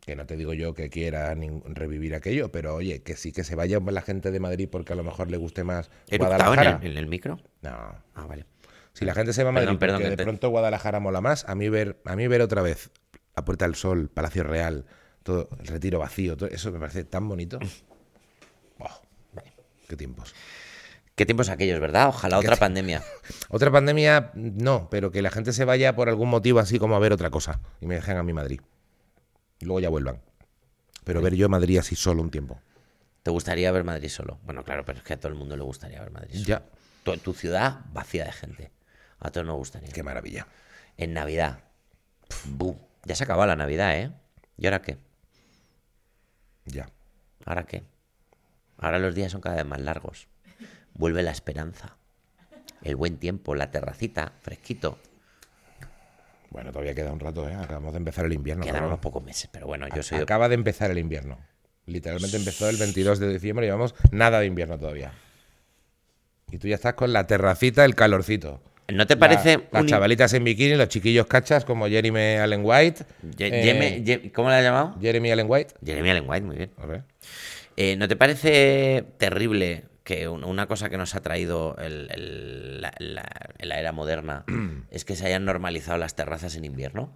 [SPEAKER 2] Que no te digo yo que quiera nin- revivir aquello, pero oye, que sí que se vaya la gente de Madrid porque a lo mejor le guste más
[SPEAKER 1] ¿Eructaba en
[SPEAKER 2] Guadalajara.
[SPEAKER 1] el, en el micro?
[SPEAKER 2] No.
[SPEAKER 1] Ah, vale.
[SPEAKER 2] Si la gente se va a Madrid
[SPEAKER 1] Perdón, perdón,
[SPEAKER 2] porque de
[SPEAKER 1] que te-
[SPEAKER 2] pronto Guadalajara mola más, a mí ver, a mí ver otra vez la Puerta del Sol, Palacio Real, todo el retiro vacío, todo eso me parece tan bonito. Oh, qué tiempos.
[SPEAKER 1] ¿Qué tiempos aquellos, verdad? Ojalá otra pandemia.
[SPEAKER 2] Otra pandemia, no, pero que la gente se vaya por algún motivo así como a ver otra cosa y me dejen a mi Madrid. Y luego ya vuelvan. Pero ver yo Madrid así solo un tiempo.
[SPEAKER 1] ¿Te gustaría ver Madrid solo? Bueno, claro, pero es que a todo el mundo le gustaría ver Madrid solo.
[SPEAKER 2] Ya.
[SPEAKER 1] Tu, tu ciudad vacía de gente. A todos nos gustaría.
[SPEAKER 2] Qué maravilla.
[SPEAKER 1] En Navidad. Pf, bu. Ya se acabó la Navidad, ¿eh? ¿Y ahora qué?
[SPEAKER 2] Ya.
[SPEAKER 1] ¿Ahora qué? Ahora los días son cada vez más largos. Vuelve la esperanza. El buen tiempo, la terracita, fresquito.
[SPEAKER 2] Bueno, todavía queda un rato, ¿eh? Acabamos de empezar el invierno.
[SPEAKER 1] Quedan
[SPEAKER 2] cabrón.
[SPEAKER 1] unos pocos meses, pero bueno, yo soy...
[SPEAKER 2] Acaba de empezar el invierno. Literalmente empezó el 22 de diciembre, llevamos nada de invierno todavía. Y tú ya estás con la terracita, el calorcito.
[SPEAKER 1] ¿No te parece
[SPEAKER 2] La- las
[SPEAKER 1] un-
[SPEAKER 2] chavalitas en bikini, los chiquillos cachas como Jeremy Allen White.
[SPEAKER 1] Ye-
[SPEAKER 2] eh,
[SPEAKER 1] Yeme- Ye- ¿Cómo la has llamado?
[SPEAKER 2] Jeremy Allen White.
[SPEAKER 1] Jeremy Allen White, muy bien.
[SPEAKER 2] A ver.
[SPEAKER 1] Eh, ¿No te parece terrible que un- una cosa que nos ha traído el- el- la, la- la era moderna es que se hayan normalizado las terrazas en invierno?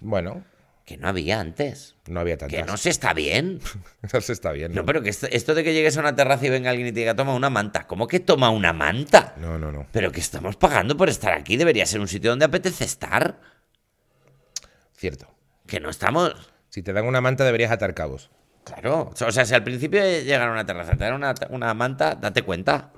[SPEAKER 2] Bueno,
[SPEAKER 1] Que no había antes.
[SPEAKER 2] no había tantas.
[SPEAKER 1] Que no se está bien.
[SPEAKER 2] Eso se está bien.
[SPEAKER 1] No,
[SPEAKER 2] No,
[SPEAKER 1] pero que esto, esto de que llegues a una terraza y venga alguien y te diga, toma una manta. ¿Cómo que toma una manta?
[SPEAKER 2] no, no. no.
[SPEAKER 1] Pero que estamos pagando por estar aquí. Debería ser un sitio donde apetece estar.
[SPEAKER 2] Cierto.
[SPEAKER 1] Que no estamos...
[SPEAKER 2] Si te dan una manta deberías atar cabos.
[SPEAKER 1] Claro. O sea, si al principio de llegar a una terraza te dan una, una manta, date cuenta.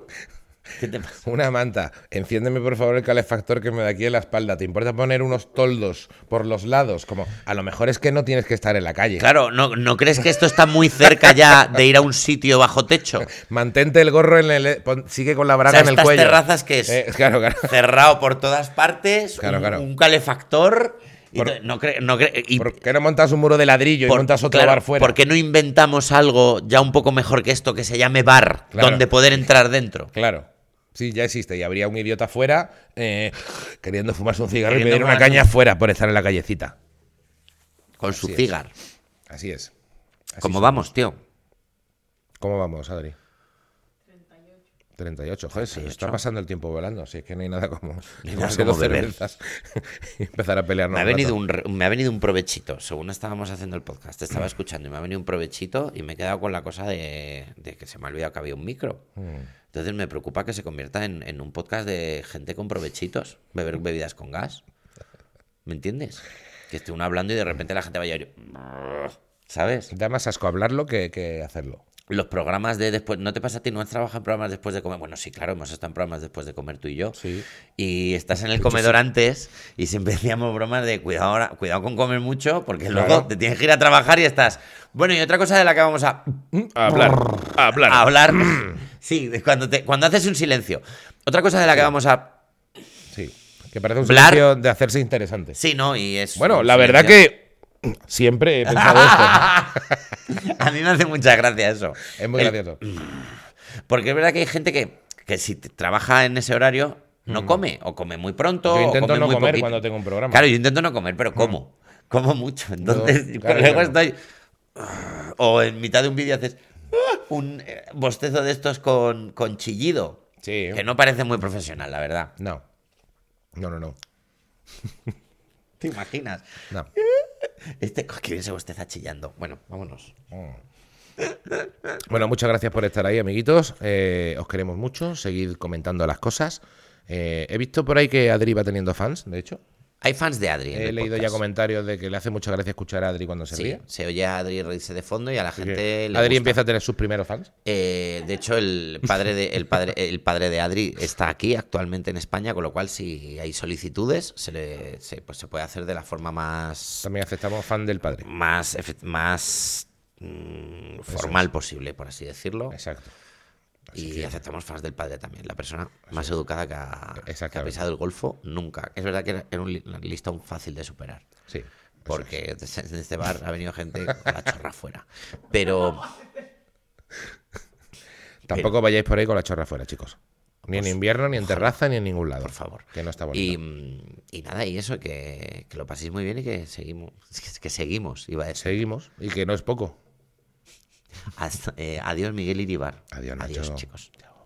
[SPEAKER 1] ¿Qué te pasa?
[SPEAKER 2] Una manta. Enciéndeme por favor el calefactor que me da aquí en la espalda. ¿Te importa poner unos toldos por los lados? Como a lo mejor es que no tienes que estar en la calle.
[SPEAKER 1] Claro, ¿no, ¿no crees que esto está muy cerca ya de ir a un sitio bajo techo?
[SPEAKER 2] Mantente el gorro en el. eh, pon- sigue con la
[SPEAKER 1] O
[SPEAKER 2] braga
[SPEAKER 1] sea,
[SPEAKER 2] en el
[SPEAKER 1] estas
[SPEAKER 2] cuello. Eh,
[SPEAKER 1] terrazas que es-
[SPEAKER 2] claro, claro.
[SPEAKER 1] Cerrado por todas partes,
[SPEAKER 2] Claro,
[SPEAKER 1] un,
[SPEAKER 2] claro.
[SPEAKER 1] un calefactor. y
[SPEAKER 2] Por-
[SPEAKER 1] to- no cre- no cre- y
[SPEAKER 2] ¿Por qué no montas un muro de ladrillo y
[SPEAKER 1] por-
[SPEAKER 2] montas otro
[SPEAKER 1] claro,
[SPEAKER 2] bar fuera?
[SPEAKER 1] ¿Por qué no inventamos algo ya un poco mejor que esto que se llame bar,
[SPEAKER 2] Claro.
[SPEAKER 1] donde poder entrar dentro?
[SPEAKER 2] Claro. Sí, ya existe. Y habría un idiota fuera eh, queriendo fumarse un cigarro
[SPEAKER 1] Queriendo
[SPEAKER 2] y pedir una
[SPEAKER 1] fumarse un-
[SPEAKER 2] caña fuera por estar en la callecita.
[SPEAKER 1] Con su
[SPEAKER 2] Así es.
[SPEAKER 1] cigar.
[SPEAKER 2] Así es. Así
[SPEAKER 1] Como
[SPEAKER 2] es.
[SPEAKER 1] vamos, tío.
[SPEAKER 2] ¿Cómo vamos, Adri? 38. Joder, se nos está
[SPEAKER 1] 38.
[SPEAKER 2] pasando el tiempo volando. Si es que no hay nada como,
[SPEAKER 1] hay
[SPEAKER 2] como
[SPEAKER 1] nada
[SPEAKER 2] ser
[SPEAKER 1] como
[SPEAKER 2] dos
[SPEAKER 1] beber.
[SPEAKER 2] cervezas y empezar a pelearnos.
[SPEAKER 1] Me ha,
[SPEAKER 2] un rato.
[SPEAKER 1] venido un, re- me ha venido un provechito. Según estábamos haciendo el podcast, te estaba
[SPEAKER 2] Mm.
[SPEAKER 1] escuchando y me ha venido un provechito y me he quedado con la cosa de, de que se me ha olvidado que había un micro.
[SPEAKER 2] Mm.
[SPEAKER 1] Entonces me preocupa que se convierta en, en un podcast de gente con provechitos, beber bebidas con gas. ¿Me entiendes? Que esté uno hablando y de repente la gente vaya a ir. ¿Sabes?
[SPEAKER 2] Da más asco hablarlo que, que hacerlo.
[SPEAKER 1] Los programas de después. ¿No te pasa a ti? ¿No has trabajado en programas después de comer? Bueno, sí, claro, hemos estado en programas después de comer tú y yo.
[SPEAKER 2] Sí.
[SPEAKER 1] Y estás en el comedor antes y siempre decíamos bromas de cuidado, ahora- cuidado con comer mucho porque luego
[SPEAKER 2] Claro.
[SPEAKER 1] te tienes que ir a trabajar y estás. Bueno, y otra cosa de la que vamos a
[SPEAKER 2] hablar. hablar.
[SPEAKER 1] a hablar. sí, de cuando, te, cuando haces un silencio. Otra cosa de la que vamos a.
[SPEAKER 2] Sí. Que parece un
[SPEAKER 1] Hablar.
[SPEAKER 2] sitio de hacerse interesante.
[SPEAKER 1] Sí, ¿no? Y es.
[SPEAKER 2] Bueno,
[SPEAKER 1] un
[SPEAKER 2] la verdad
[SPEAKER 1] silencio.
[SPEAKER 2] que siempre he pensado esto.
[SPEAKER 1] A mí me hace mucha gracia eso.
[SPEAKER 2] Es muy
[SPEAKER 1] El-
[SPEAKER 2] gracioso.
[SPEAKER 1] Porque es verdad que hay gente que, que si te- trabaja en ese horario no come, o come muy pronto.
[SPEAKER 2] Mm. Yo
[SPEAKER 1] o
[SPEAKER 2] intento
[SPEAKER 1] come
[SPEAKER 2] no
[SPEAKER 1] muy
[SPEAKER 2] comer
[SPEAKER 1] poquito.
[SPEAKER 2] cuando tengo un programa.
[SPEAKER 1] Claro, yo intento no comer, pero como. Como mucho. Entonces,
[SPEAKER 2] Mm. claro,
[SPEAKER 1] luego
[SPEAKER 2] claro.
[SPEAKER 1] estoy. O en mitad de un vídeo haces "Ah", un eh, bostezo de estos con, con chillido.
[SPEAKER 2] Sí.
[SPEAKER 1] Que no parece muy profesional, la verdad.
[SPEAKER 2] No. No, no, no.
[SPEAKER 1] ¿Te imaginas?
[SPEAKER 2] No.
[SPEAKER 1] Este, oh, qué bien se bosteza chillando. Bueno, vámonos.
[SPEAKER 2] Bueno, muchas gracias por estar ahí, amiguitos. Eh, os queremos mucho. Seguid comentando las cosas. Eh, he visto por ahí que Adri va teniendo fans, de hecho.
[SPEAKER 1] Hay fans de Adri. en
[SPEAKER 2] He
[SPEAKER 1] el
[SPEAKER 2] leído ya
[SPEAKER 1] podcast.
[SPEAKER 2] comentarios de que le hace mucha gracia escuchar a Adri cuando se
[SPEAKER 1] Sí,
[SPEAKER 2] ríe.
[SPEAKER 1] se oye a Adri reírse de fondo y a la
[SPEAKER 2] Que
[SPEAKER 1] gente le
[SPEAKER 2] Adri
[SPEAKER 1] gusta.
[SPEAKER 2] empieza a tener sus primeros fans.
[SPEAKER 1] Eh, de hecho, el padre de, el, padre, el padre de Adri está aquí actualmente en España, con lo cual si hay solicitudes, se, le- se- pues, se puede hacer de la forma más,
[SPEAKER 2] También aceptamos fan del padre.
[SPEAKER 1] más, efe- más mm, formal posible, por así decirlo.
[SPEAKER 2] Exacto.
[SPEAKER 1] Y aceptamos fans del padre también, la persona más educada que ha, que ha
[SPEAKER 2] Exactamente.
[SPEAKER 1] pisado el golfo nunca. Es verdad que era, era un li- listón fácil de superar.
[SPEAKER 2] Sí. Pues
[SPEAKER 1] Porque en este bar ha venido gente con la chorra fuera. Pero
[SPEAKER 2] Tampoco vayáis por ahí con la chorra fuera, chicos. Ni en invierno, ni en terraza, ni en ningún lado.
[SPEAKER 1] Pues, Por favor.
[SPEAKER 2] Que no está bonito.
[SPEAKER 1] Y, mm, y nada, y eso, que, que lo paséis muy bien y que seguimos. Que, que seguimos, iba a decir.
[SPEAKER 2] Seguimos. Y que no es poco.
[SPEAKER 1] Hasta- eh, adiós, Miguel Iribar.
[SPEAKER 2] Adiós, Nacho.
[SPEAKER 1] Adiós, chicos.